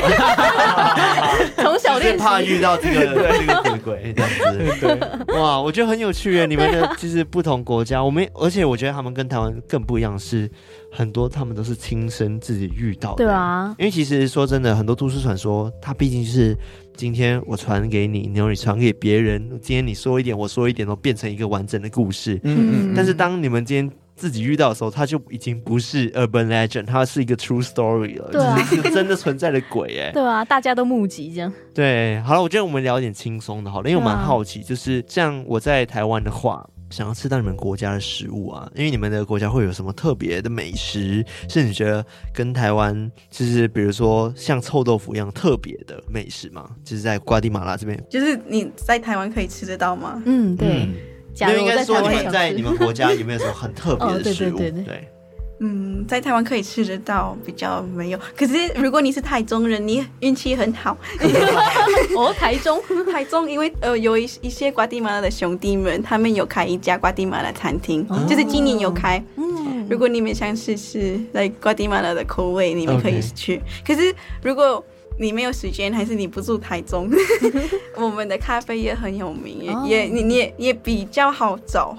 Speaker 2: 从小
Speaker 1: 子，就是
Speaker 2: 练
Speaker 1: 怕
Speaker 2: 习，
Speaker 1: 遇到这 个这个鬼鬼这样
Speaker 5: 对，
Speaker 1: 子。哇，我觉得很有趣耶！你们的就是不同国家，我们而且我觉得他们跟台湾更不一样是，很多他们都是亲身自己遇到的。
Speaker 2: 对啊，
Speaker 1: 因为其实说真的，很多都市传说，它毕竟是今天我传给你，然后你传给别人，今天你说一点，我说一点，都变成一个完整的故事。
Speaker 5: 嗯
Speaker 1: 但是当你们今天自己遇到的时候，它就已经不是 urban legend，它是一个 true story 了，
Speaker 2: 对啊
Speaker 1: 就是是真的存在的鬼哎、
Speaker 2: 对啊，大家都目击这样，
Speaker 1: 对，好了，我觉得我们聊点轻松的，好了，因为我
Speaker 2: 对啊啊
Speaker 1: 蛮好奇，就是像我在台湾的话。想要吃到你们国家的食物啊，因为你们的国家会有什么特别的美食，是你觉得跟台湾就是比如说像臭豆腐一样特别的美食吗？就是在瓜地马拉这边，
Speaker 3: 就是你在台湾可以吃得到吗？
Speaker 2: 嗯，对，
Speaker 1: 嗯，
Speaker 2: 假
Speaker 1: 那
Speaker 2: 如
Speaker 1: 应
Speaker 2: 我
Speaker 1: 该
Speaker 2: 在
Speaker 1: 说
Speaker 2: 台
Speaker 1: 你
Speaker 2: 湾
Speaker 1: 们在
Speaker 2: 想
Speaker 1: 你
Speaker 2: 吃，
Speaker 1: 们国家有没有什么很特别
Speaker 2: 哦
Speaker 1: 的
Speaker 2: 对
Speaker 1: 食
Speaker 2: 对
Speaker 1: 物？
Speaker 2: 对对
Speaker 1: 对，
Speaker 3: 嗯，在台湾可以吃得到，比较没有。可是如果你是台中人，你运气很 好。
Speaker 2: 哦，台中，
Speaker 3: 台中因为呃有一一些瓜地马拉的兄弟们，他们有开一家瓜地马拉餐厅，就是今年有开。
Speaker 2: 嗯，
Speaker 3: 如果你们想试试来瓜地马拉的口味，你们可以
Speaker 1: OK
Speaker 3: 去。可是如果你没有时间，还是你不住台中，我们的咖啡也很有名，也、
Speaker 2: 哦
Speaker 3: 也你你也也比较好找。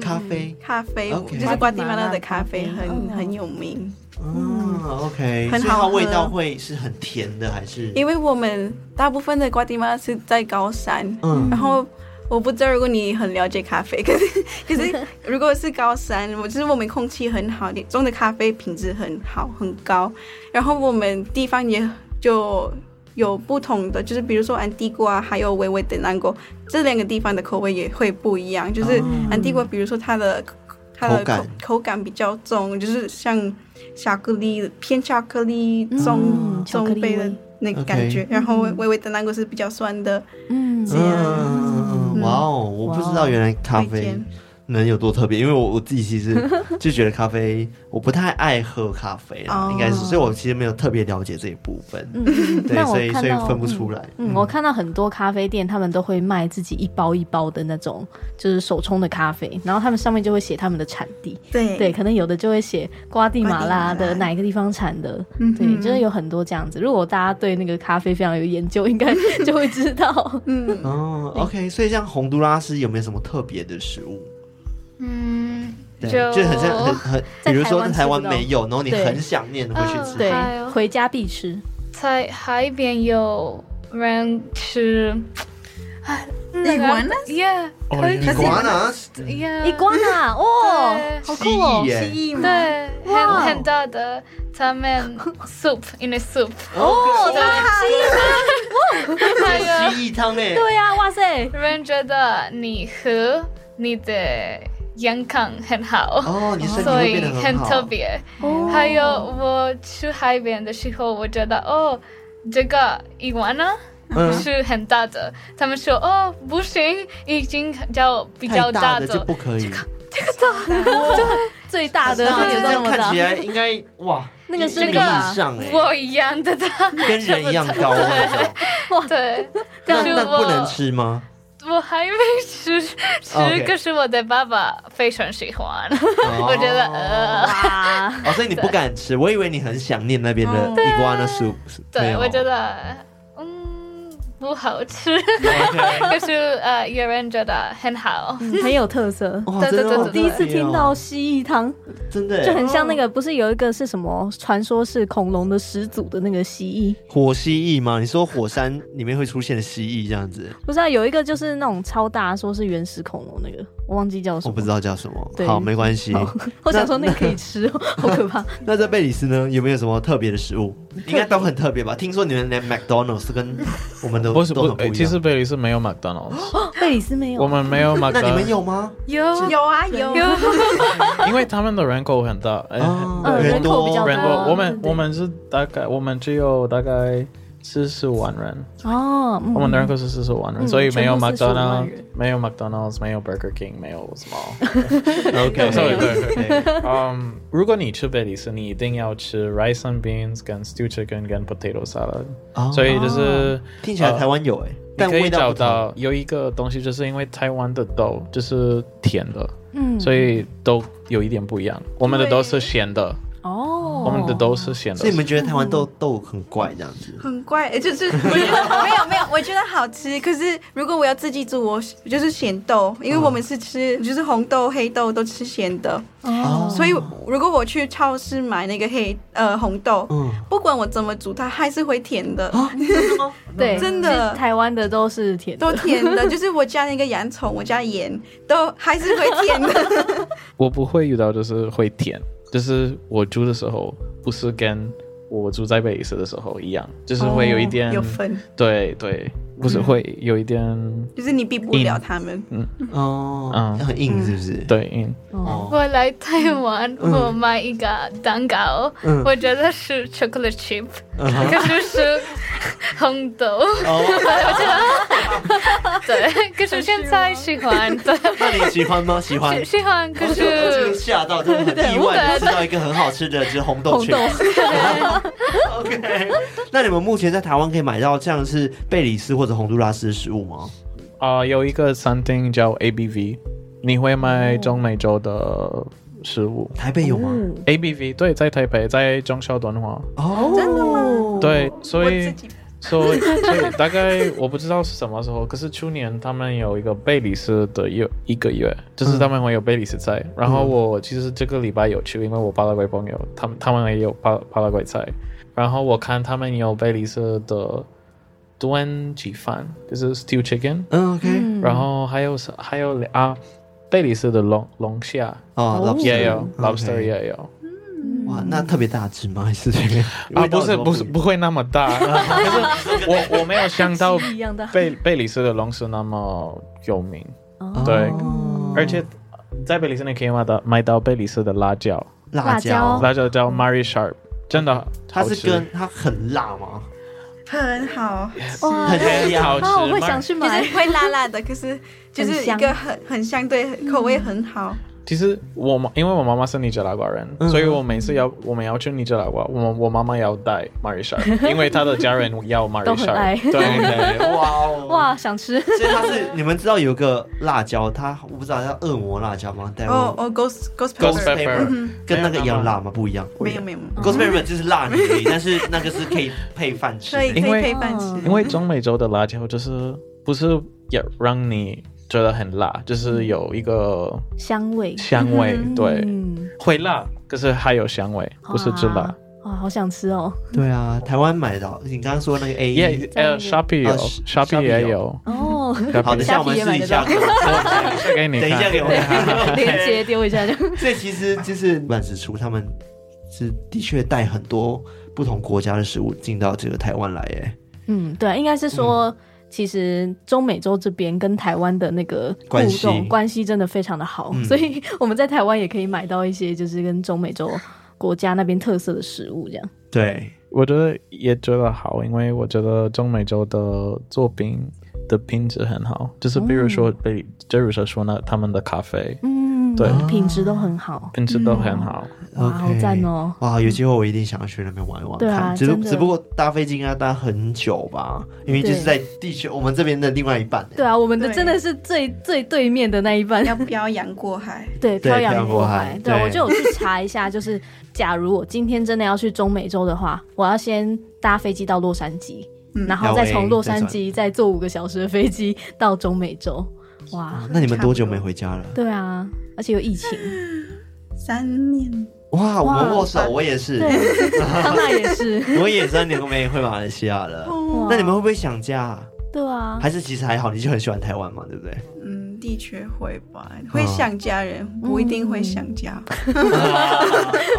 Speaker 1: 咖啡，
Speaker 3: 咖啡
Speaker 1: OK
Speaker 3: 就是瓜地马拉的咖啡
Speaker 2: 瓜地马拉的咖
Speaker 3: 很
Speaker 2: 啡
Speaker 3: 很有名，
Speaker 1: 嗯，OK，
Speaker 3: 很
Speaker 1: 所以它
Speaker 3: 好喝
Speaker 1: 味道会是很甜的还是？
Speaker 3: 因为我们大部分的瓜地马拉是在高山，
Speaker 1: 嗯
Speaker 3: 然后。我不知道，如果你很了解咖啡， 可是 可是如果是高山，我就是我们空气很好，种的咖啡品质很好很高，然后我们地方也就有不同的，就是比如说安地瓜还有维维的南果这两个地方的口味也会不一样。就是
Speaker 2: 哦
Speaker 3: 安地瓜，比如说它的它的
Speaker 1: 口感
Speaker 3: 口口感比较重，就是像巧克力偏巧克力中
Speaker 2: 嗯巧克
Speaker 3: 中
Speaker 2: 力
Speaker 3: 杯的
Speaker 2: 味
Speaker 3: 那个感觉。然后维维的南果是比较酸的，
Speaker 2: 嗯
Speaker 3: 这样
Speaker 1: 嗯，哇哦，我不知道原来咖
Speaker 3: 推
Speaker 1: 啡
Speaker 3: 荐
Speaker 1: 能有多特别，因为我我自己其 实就觉得咖啡，我不太爱喝咖啡啦，
Speaker 3: 哦
Speaker 1: 应该是，所以我其实没有特别了解这一部分，
Speaker 2: 嗯
Speaker 1: 对，
Speaker 2: 那我
Speaker 1: 所以
Speaker 2: 看
Speaker 1: 所以
Speaker 2: 到
Speaker 1: 分不出来。
Speaker 2: 嗯，我看到很多咖啡店，他们都会卖自己一包一包的那种，就是手冲的咖啡，然后他们上面就会写他们的产地，
Speaker 3: 对
Speaker 2: 对，可能有的就会写瓜地马拉
Speaker 3: 瓜地马拉
Speaker 2: 的哪一个地方产的，对，就是有很多这样子。如果大家对那个咖啡非常有研究，应该 就会知道。
Speaker 3: 嗯，
Speaker 1: 哦，OK，所以像洪都拉斯有没有什么特别的食物？
Speaker 4: 嗯，
Speaker 1: 对，
Speaker 4: 就
Speaker 1: 就很像很很，比
Speaker 2: 在
Speaker 1: 如说
Speaker 2: 台湾
Speaker 1: 在台湾
Speaker 2: 吃不到
Speaker 1: 没有，然后你
Speaker 2: 对
Speaker 1: 很想念会去吃。
Speaker 2: 对
Speaker 4: 还，有
Speaker 2: 回家必吃。
Speaker 4: 在海边有人吃。
Speaker 3: 那玩呢？
Speaker 4: Yeah，
Speaker 5: 哦
Speaker 4: 可以
Speaker 1: 你
Speaker 5: 你
Speaker 4: 吃
Speaker 1: 管啊，
Speaker 4: Yeah，
Speaker 2: 伊瓜纳哦，好
Speaker 1: 蜥
Speaker 2: 酷哦
Speaker 1: 蜴！耶，
Speaker 3: 蜥蜴吗？
Speaker 4: 对，很很大的，他们 soup in a soup，
Speaker 1: 哦，啊 蜥
Speaker 4: 还有
Speaker 1: 蜴汤欸诶，
Speaker 2: 对呀、啊哇塞，
Speaker 4: 人觉得你和你的健康很好。
Speaker 1: 哦，你身体
Speaker 4: 所
Speaker 1: 会
Speaker 4: 以
Speaker 1: 变得
Speaker 4: 很
Speaker 1: 好，哦
Speaker 4: 特别。还有我去海边的时候，我觉得哦，这个伊万呢
Speaker 1: 嗯
Speaker 4: 是很大的。他们说哦，不行，已经叫比较
Speaker 1: 太大
Speaker 4: 的。
Speaker 1: 的就不可以。
Speaker 2: 最大的
Speaker 1: 那
Speaker 2: 有
Speaker 1: 这
Speaker 2: 这
Speaker 1: 样
Speaker 2: 么
Speaker 1: 看
Speaker 2: 大
Speaker 1: 起，来应该哇，
Speaker 2: 那个是
Speaker 1: 一
Speaker 4: 这个
Speaker 1: 以上哎，
Speaker 4: 我一样的大，
Speaker 1: 跟人一样高那种。
Speaker 4: 对，
Speaker 1: 那
Speaker 4: 但是
Speaker 1: 那不能
Speaker 4: 我
Speaker 1: 吃吗？
Speaker 4: 我还没吃吃
Speaker 1: OK
Speaker 4: 可是我的爸爸非常喜欢，
Speaker 1: 我
Speaker 4: 我觉得呃，
Speaker 2: 哇，
Speaker 1: 哦，所以你不敢吃，我以为你很想念那边的地瓜那 soup，没
Speaker 4: 对
Speaker 1: 有
Speaker 4: 我觉得嗯不好吃，
Speaker 1: OK
Speaker 4: 可是呃有人觉得很好，
Speaker 2: 嗯很有特色。
Speaker 1: 哇，
Speaker 4: 对
Speaker 1: 真
Speaker 4: 对
Speaker 1: 的
Speaker 4: 对
Speaker 1: 好特别哦，
Speaker 4: 对对
Speaker 2: 第一次听到蜥蜴汤，
Speaker 1: 真的欸
Speaker 2: 就
Speaker 1: 耶
Speaker 2: 很像那个，不是有一个是什么？传说是恐龙的始祖的那个蜥蜴，
Speaker 1: 火蜥蜴吗？你说火山里面会出现的蜥蜴这样子，
Speaker 2: 不知道、有一个就是那种超大，说是原始恐龙那个，我忘记叫什
Speaker 1: 我
Speaker 2: 么。
Speaker 1: 不知道叫什么。
Speaker 2: 对
Speaker 1: 好，没关系。
Speaker 2: 好我想说那个可以吃哦， 好可怕。
Speaker 1: 那在贝里斯呢，有没有什么特别的食物？应该都很特别吧？听说你们连 McDonald's 跟我们的
Speaker 5: 不是
Speaker 1: 都
Speaker 5: 不
Speaker 1: 很不一，样。哦
Speaker 5: 其实贝里是没有 McDonald's，
Speaker 2: 贝里斯没
Speaker 5: 我
Speaker 2: 有，
Speaker 5: 们没有
Speaker 1: 那你们
Speaker 5: McDonald's，
Speaker 1: 有吗？
Speaker 4: 有
Speaker 3: 有啊 有，
Speaker 5: 因为他们的人口很大，哎
Speaker 1: 哦
Speaker 2: 呃，
Speaker 1: 人
Speaker 2: 人口比较
Speaker 1: 多
Speaker 5: 人
Speaker 2: 多
Speaker 5: 口。我们
Speaker 2: 对
Speaker 5: 我们是大概我们只有大概四十万人，
Speaker 2: 哦，嗯
Speaker 5: 我们的人口是四十万人，所以没有
Speaker 2: 全部45万
Speaker 5: McDonald，
Speaker 2: 人
Speaker 5: 没有 McDonald's，没有 Burger King，没有 什么。
Speaker 1: OK，
Speaker 5: 对对
Speaker 1: 对，
Speaker 5: 嗯，如果你去贝里斯，你一定要吃 rice and beans 跟 stew chicken 跟 potato salad，、
Speaker 1: 哦
Speaker 5: 所以就是
Speaker 1: 听起来台湾有哎、
Speaker 5: 你
Speaker 1: 但
Speaker 5: 可以
Speaker 1: 味道
Speaker 5: 找
Speaker 1: 不同
Speaker 5: 到有一个东西，就是因为台湾的豆就是甜的，
Speaker 2: 嗯
Speaker 5: 所以都有一点不一样。我们的都是
Speaker 3: 对
Speaker 5: 咸的，
Speaker 2: 哦，
Speaker 5: 我们的都是咸的。
Speaker 1: 所以你们觉得台湾豆豆很怪这样子？
Speaker 3: 很怪，呃 就是我觉得没有没有，我觉得好吃。可是如果我要自己煮，我我就是咸豆，因为我们是吃就是红豆、黑豆都吃咸的，
Speaker 2: 哦
Speaker 3: 所以如果我去超市买那个黑呃红豆，
Speaker 1: 嗯，
Speaker 3: 不管我怎么煮，它还是会甜的，
Speaker 2: 对，
Speaker 3: 真的
Speaker 2: 是台湾的都是甜的
Speaker 3: 都甜 的。就是我加那个洋葱，我加盐，都还是会甜 的。
Speaker 5: 我不会遇到就是会甜，就是我住的时候不是跟我住在贝里斯的时候一样，就是会有一点、
Speaker 3: 哦有分，
Speaker 5: 对对，不是会有一点
Speaker 3: 就是你避不了他们。
Speaker 1: 哦，
Speaker 5: 嗯
Speaker 1: 很硬是不是？
Speaker 5: 对嗯
Speaker 1: 哦，
Speaker 4: 我来台湾，我买一个蛋糕，
Speaker 1: 嗯
Speaker 4: 我觉得是 chocolate chip，可是是红豆，
Speaker 1: 哦
Speaker 4: 对，可是现在喜欢，对，
Speaker 1: 那你喜欢吗？喜欢
Speaker 4: 喜。喜欢，可
Speaker 1: 我这个
Speaker 4: 是
Speaker 1: 吓到，真的很意外的吃到一个很好吃的，就是红豆
Speaker 2: 红
Speaker 1: 圈
Speaker 2: 豆。。
Speaker 1: OK，那你们目前在台湾可以买到像是贝里斯或者洪都拉斯的食物吗？
Speaker 5: 啊、有一个餐厅叫 ABV，你会卖中美洲的食物。
Speaker 1: 台北有吗？
Speaker 5: ABV 对，在台北，在中孝敦化，
Speaker 1: 哦，
Speaker 3: 真的吗？
Speaker 5: 对，所
Speaker 3: 我自
Speaker 5: 以
Speaker 3: 己
Speaker 5: 所以所以大概我不知道是什么时候，可是去年他们有一个贝里斯的月一个月，就是他们会有贝里斯菜。然后我其实这个礼拜有去，因为我巴拉圭朋友，他们他们也有巴巴拉圭菜。然后我看他们有贝里斯的炖鸡饭，就是 stew chicken，、
Speaker 1: 嗯，OK，
Speaker 2: 嗯
Speaker 5: 然后还有是还有啊，贝里斯的龙龙虾
Speaker 1: 哦，
Speaker 5: 也有
Speaker 1: OK
Speaker 5: ，lobster 也有。
Speaker 1: 哇，那特别大只吗？还是这个
Speaker 5: 啊，不是不是不会那么大，就是我我没有想到
Speaker 2: 一样的，
Speaker 5: 贝贝里斯的龙是那么有名，
Speaker 2: 哦
Speaker 5: 对而且在贝里斯你可以买到买到贝里斯的辣椒，
Speaker 1: 辣
Speaker 2: 椒哦
Speaker 5: 辣椒叫 Mary Sharp，真的
Speaker 1: 它
Speaker 5: 好
Speaker 1: 是
Speaker 5: 吃
Speaker 1: 跟它很辣吗？
Speaker 3: 很好，
Speaker 2: 哇
Speaker 1: 很
Speaker 5: 很 好吃
Speaker 2: 啊，我会
Speaker 5: Mar-
Speaker 2: 想去
Speaker 3: 就
Speaker 2: 买
Speaker 3: 是。会辣辣的，可是就是一个很很香，对，口味很好。
Speaker 5: 其实我妈，因为我妈妈是尼加拉瓜人，
Speaker 1: 嗯
Speaker 5: 所以我每次要我们要去尼加拉瓜，我我妈妈要带 Mary Sharp，因为她的家人要 Mary
Speaker 2: 都很
Speaker 5: Sharp
Speaker 2: 爱
Speaker 5: 对。对 对，
Speaker 1: 哇哦！
Speaker 2: 哇，想吃！
Speaker 1: 所以它是你们知道有一个辣椒，它我不知道叫恶魔辣椒吗？但
Speaker 3: 哦哦，ghost ghost
Speaker 5: 嗯 Ghost
Speaker 3: pepper，
Speaker 5: pepper
Speaker 1: 跟那个一样辣吗？不一样。
Speaker 3: 没有没有，没有
Speaker 2: 嗯
Speaker 1: Ghost pepper 就是辣你而已，但是那个是可以配饭吃
Speaker 3: 可以可
Speaker 1: 的。
Speaker 3: 以
Speaker 5: 因为
Speaker 3: 配饭吃。
Speaker 5: 因为中美洲的辣椒就是不是也让你觉得很辣，就是有一个
Speaker 2: 香味，
Speaker 5: 香味，
Speaker 3: 嗯
Speaker 5: 对，
Speaker 2: 嗯，
Speaker 5: 会辣，可是还有香味，不是只辣
Speaker 2: 哇。哇，好想吃哦！
Speaker 1: 对啊，台湾买到，你刚刚说那个 A
Speaker 5: 耶
Speaker 1: E。，
Speaker 5: 呃
Speaker 2: 在
Speaker 5: ，Shopee 有
Speaker 1: 啊
Speaker 5: ，Shopee
Speaker 1: Shopee
Speaker 5: 也
Speaker 1: 有
Speaker 5: 有，
Speaker 2: 哦，
Speaker 1: 好，等一下我们试一下。等
Speaker 5: 下给你
Speaker 1: 一下
Speaker 5: 看
Speaker 1: 给。 我看。
Speaker 2: 链接丢一下就。
Speaker 1: 所以其实就是乱指出他们是的确带很多不同国家的食物进到这个台湾来，哎，
Speaker 2: 嗯，对，应该是说，其实中美洲这边跟台湾的那个互
Speaker 1: 关系
Speaker 2: 动关系真的非常的好，
Speaker 1: 嗯
Speaker 2: 所以我们在台湾也可以买到一些就是跟中美洲国家那边特色的食物，这样。
Speaker 1: 对，
Speaker 5: 我觉得也觉得好，因为我觉得中美洲的作品的品质很好，就是比如说被，比如说说呢，他们的咖啡
Speaker 2: 嗯，
Speaker 5: 对
Speaker 2: 品质都很好，
Speaker 5: 品质都很好。
Speaker 2: 哇，好
Speaker 1: 啊 OK
Speaker 2: 赞哦！
Speaker 1: 哇，有机会我一定想要去那边玩一玩
Speaker 2: 对
Speaker 1: 看。
Speaker 2: 啊
Speaker 1: 只不
Speaker 2: 真的
Speaker 1: 只不过搭飞机应该搭很久吧，因为就是在地球我们这边的另外一半。
Speaker 2: 对啊，我们的
Speaker 3: 对
Speaker 2: 真的是最最对面的那一半，
Speaker 3: 要漂洋过海，
Speaker 2: 对，
Speaker 1: 对
Speaker 2: 漂洋
Speaker 1: 漂
Speaker 2: 过
Speaker 1: 过
Speaker 2: 海
Speaker 1: 海。
Speaker 2: 对，
Speaker 1: 对
Speaker 2: 我就有去查一下，就是假如我今天真的要去中美洲的话，我要先搭飞机到洛杉矶，
Speaker 3: 嗯
Speaker 2: 然后再
Speaker 1: LA
Speaker 2: 从洛杉矶再坐五个小时的飞机到中美洲。哇，
Speaker 1: 啊那你们多久
Speaker 3: 差不多
Speaker 1: 没回家了？
Speaker 2: 对啊，而且有疫情，
Speaker 3: 三年。
Speaker 1: 哇，我们握手，
Speaker 2: 哇
Speaker 1: 我也是，
Speaker 2: 对，康纳也 是。
Speaker 1: 我也三年没回马来西亚了。
Speaker 2: 哇
Speaker 1: 那你们会不会想家啊？
Speaker 2: 对啊，
Speaker 1: 还是其实还好，你就很喜欢台湾嘛，对不对？
Speaker 3: 嗯，的确会吧，会想家人，不一定会想家。
Speaker 5: 嗯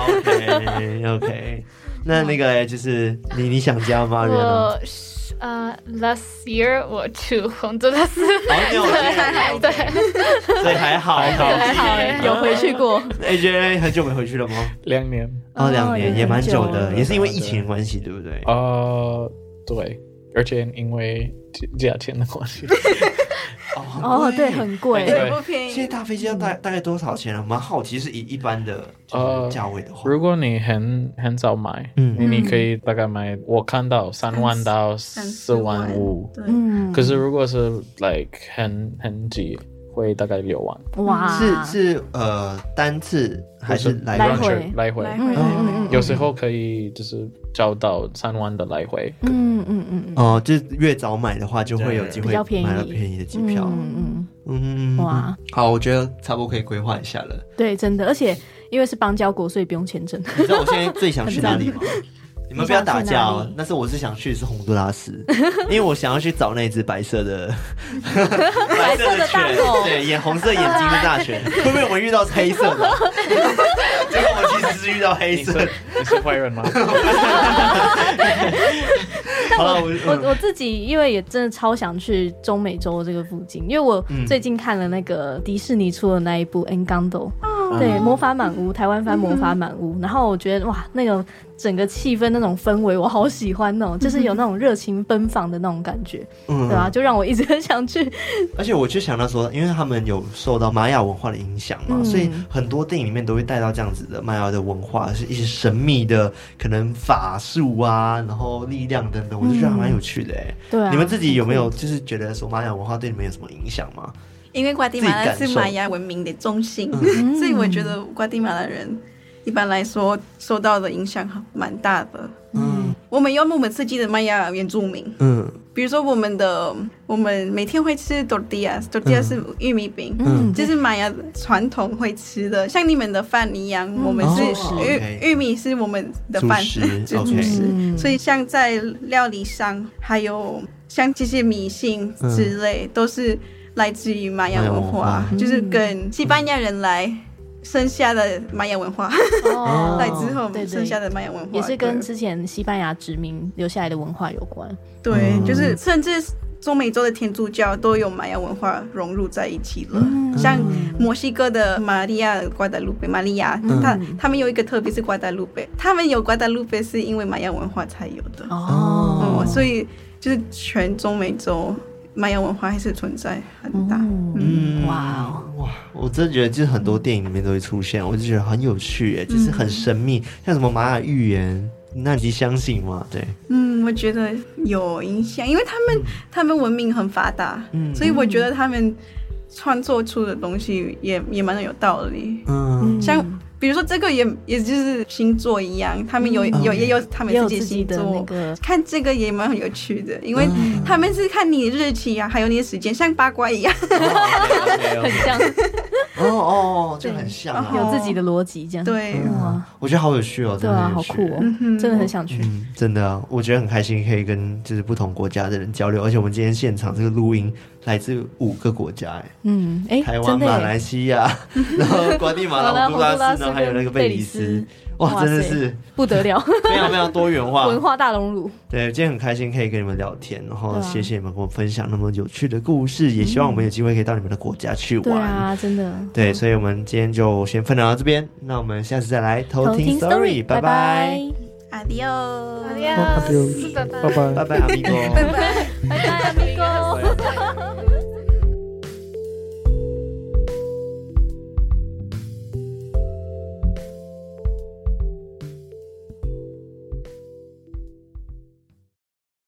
Speaker 1: OK OK，那那个嘞就是你你想家吗？人啊
Speaker 4: 我是呃，last year 我去洪都拉斯，
Speaker 1: 好久没
Speaker 4: 对，
Speaker 1: 所以还好。
Speaker 5: 还好
Speaker 2: 还好欸有回去过，
Speaker 1: AJ 很久没回去了吗？
Speaker 5: 两年，
Speaker 1: 哦，两
Speaker 2: 哦
Speaker 1: 年
Speaker 2: 也
Speaker 1: 也蛮
Speaker 2: 很
Speaker 1: 久
Speaker 2: 久
Speaker 1: 的，
Speaker 5: 了
Speaker 1: 也是因为疫情的关系，对不对？
Speaker 5: 呃，对，而且因为价钱的 关系，
Speaker 2: 哦，对，
Speaker 1: 很贵
Speaker 2: 很贵
Speaker 5: 对。
Speaker 3: 对，不便
Speaker 1: 现在
Speaker 3: 宜。
Speaker 1: 大飞机要大大概多少钱啊？蛮好奇，是以一般的就是
Speaker 5: 呃
Speaker 1: 价位的话，
Speaker 5: 如果你很很早买，
Speaker 1: 嗯
Speaker 5: 你你可以大概买，我看到三万到四万五，
Speaker 3: 对，
Speaker 2: 嗯，
Speaker 5: 可是如果是 like 很很挤，会大概六万，
Speaker 2: 哇，
Speaker 1: 是是呃单次还是来
Speaker 2: 来
Speaker 1: 回
Speaker 2: 回
Speaker 5: 来回，
Speaker 3: 来
Speaker 2: 嗯，
Speaker 3: 回
Speaker 2: 嗯嗯
Speaker 5: 有时候可以就是找到三万的来回，
Speaker 2: 嗯嗯嗯嗯嗯，
Speaker 1: 哦，就是越早买的话，就会有机
Speaker 2: 比
Speaker 1: 会
Speaker 2: 较便宜
Speaker 1: 买到便宜的机票。
Speaker 2: 嗯嗯嗯。
Speaker 1: 嗯，
Speaker 2: 哇，
Speaker 1: 好，我觉得差不多可以规划一下了。
Speaker 2: 对，真的，而且因为是邦交国，所以不用签证。
Speaker 1: 你知道我现在最想去哪 里吗？你们不要打架
Speaker 2: 你想去哪
Speaker 1: 哦
Speaker 2: 里！
Speaker 1: 但是我是想去是洪都拉斯， 因为我想要去找那只白色 的白
Speaker 2: 色的大
Speaker 1: 犬
Speaker 2: 狗，
Speaker 1: 对，眼红色眼睛的大 犬。会不会我们遇到黑色的？ 结果我其实是遇到黑
Speaker 5: 你是
Speaker 1: 色的。
Speaker 5: 你是坏人吗？
Speaker 1: 好了，我
Speaker 2: 我
Speaker 1: 嗯
Speaker 2: 我自己因为也真的超想去中美洲这个附近，因为我
Speaker 1: 嗯
Speaker 2: 最近看了那个迪士尼出的那一部《Encanto》，对，
Speaker 1: 嗯
Speaker 2: 魔法满屋，台湾翻魔法满屋，然后我觉得哇，那个整个气氛那种氛围我好喜欢哦，就是有那种热情奔放的那种感觉，
Speaker 1: 嗯
Speaker 2: 对啊，就让我一直很想去。
Speaker 1: 而且我就想到说，因为他们有受到玛雅文化的影响嘛，
Speaker 2: 嗯
Speaker 1: 所以很多电影里面都会带到这样子的玛雅的文化，是一些神秘的可能法术啊，然后力量等等，我就觉得还蛮有趣的哎、
Speaker 2: 对啊，
Speaker 1: 你们自己有没有就是觉得说玛雅文化对你们有什么影响吗？
Speaker 3: 因为瓜地马拉是玛雅文明的中心，
Speaker 2: 嗯
Speaker 3: 所以我觉得瓜地马拉人一般来说受到的影响蛮大的。
Speaker 1: 嗯
Speaker 3: 我们用我们自己的玛雅原住民，
Speaker 1: 嗯
Speaker 3: 比如说我们的，我们每天会吃
Speaker 1: 嗯
Speaker 3: tortillas，tortillas 是玉米饼，
Speaker 2: 嗯，
Speaker 3: 这是玛雅传统会吃的，像你们的饭一样，我们是
Speaker 1: 哦
Speaker 3: 玉
Speaker 1: OK
Speaker 3: 玉米是我们的饭，
Speaker 1: 主
Speaker 3: 是
Speaker 1: 食 OK
Speaker 3: 主食，
Speaker 2: 嗯
Speaker 3: 所以像在料理上，还有像这些迷信之类，都是来自于玛雅文
Speaker 1: 玛雅
Speaker 3: 化
Speaker 1: 文，化
Speaker 3: 就是跟西班牙人来。剩下的玛雅文化，
Speaker 2: 哦
Speaker 3: 来之后
Speaker 2: 对对
Speaker 3: 剩下的玛雅文化
Speaker 2: 也是跟
Speaker 3: 对
Speaker 2: 之前西班牙殖民留下来的文化有关。
Speaker 1: 嗯
Speaker 3: 对，就是甚至中美洲的天主教都有玛雅文化融入在一起了，
Speaker 1: 嗯
Speaker 2: 嗯
Speaker 3: 像。墨西哥的玛利亚瓜达卢贝，玛利亚，
Speaker 1: 嗯
Speaker 3: 他他们有一个特别是瓜达卢贝，他们有瓜达卢贝是因为玛雅文化才有的，
Speaker 2: 哦，
Speaker 3: 嗯，所以就是全中美洲玛雅文化还是存在很大。
Speaker 1: 嗯
Speaker 2: 哇哦，
Speaker 1: 哇，我真的觉得就是很多电影里面都会出现，我就觉得很有趣哎，就是很神秘，像什么玛雅预言，那你相信吗？对，
Speaker 3: 嗯，我觉得有影响，因为他们、他们文明很发达，
Speaker 1: 嗯
Speaker 3: 所以我觉得他们创作出的东西也也蛮有道理。
Speaker 1: 嗯
Speaker 3: 像比如说这个也也就是星座一样，他们有、有也有他
Speaker 2: 嗯
Speaker 3: 们
Speaker 2: 也有
Speaker 3: 自己
Speaker 2: 自己
Speaker 3: 星
Speaker 2: 的
Speaker 3: 座。
Speaker 2: 那个嗯
Speaker 3: 看这个也蛮有趣的，因为他们是看你日期啊，还有你的时间，像八卦一样。
Speaker 2: 很像，
Speaker 1: 嗯哦
Speaker 2: 嗯
Speaker 1: 哦，就很像
Speaker 3: 对
Speaker 1: 啊，
Speaker 2: 有自己的逻辑这样。，
Speaker 3: 对，
Speaker 2: 哇，
Speaker 1: 我觉得好有趣哦，
Speaker 2: 哦对
Speaker 1: 真的
Speaker 2: 啊，
Speaker 1: 很
Speaker 2: 好
Speaker 1: 有趣
Speaker 2: 酷哦，
Speaker 3: 哼
Speaker 2: 真的很想去。
Speaker 1: 嗯，真的啊，我觉得很开心，可以跟就是不同国家的人交流，而且我们今天现场这个录音来自五个国家，哎，
Speaker 2: 嗯，哎，
Speaker 1: 台湾、
Speaker 2: 真的
Speaker 1: 马
Speaker 2: 耶
Speaker 1: 来西 亚，然后瓜地马
Speaker 2: 好
Speaker 1: 拉、
Speaker 2: 啦
Speaker 1: 洪都拉斯，
Speaker 2: 洪都拉斯
Speaker 1: 然后还有那个
Speaker 2: 跟
Speaker 1: 贝
Speaker 2: 贝
Speaker 1: 里
Speaker 2: 里
Speaker 1: 斯
Speaker 2: 斯，
Speaker 1: 哇，
Speaker 2: 哇
Speaker 1: 真的
Speaker 2: 塞
Speaker 1: 是
Speaker 2: 不得了，
Speaker 1: 非常非常多元化，
Speaker 2: 文化大熔炉。
Speaker 1: 对，今天很开心可以跟你们聊天，然后
Speaker 2: 对啊嗯
Speaker 1: 谢谢你们跟我分享那么有趣的故事，也希望我们有机会可以到你们的国家去
Speaker 2: 对
Speaker 1: 玩。
Speaker 2: 啊，真的。
Speaker 1: 对所以我们今天就先分享到这边，那我们下次再来偷听 story，拜拜，
Speaker 3: Adios，
Speaker 4: Adiós. Bye bye.
Speaker 1: 拜拜，阿米哥。
Speaker 4: Bye bye, amigo.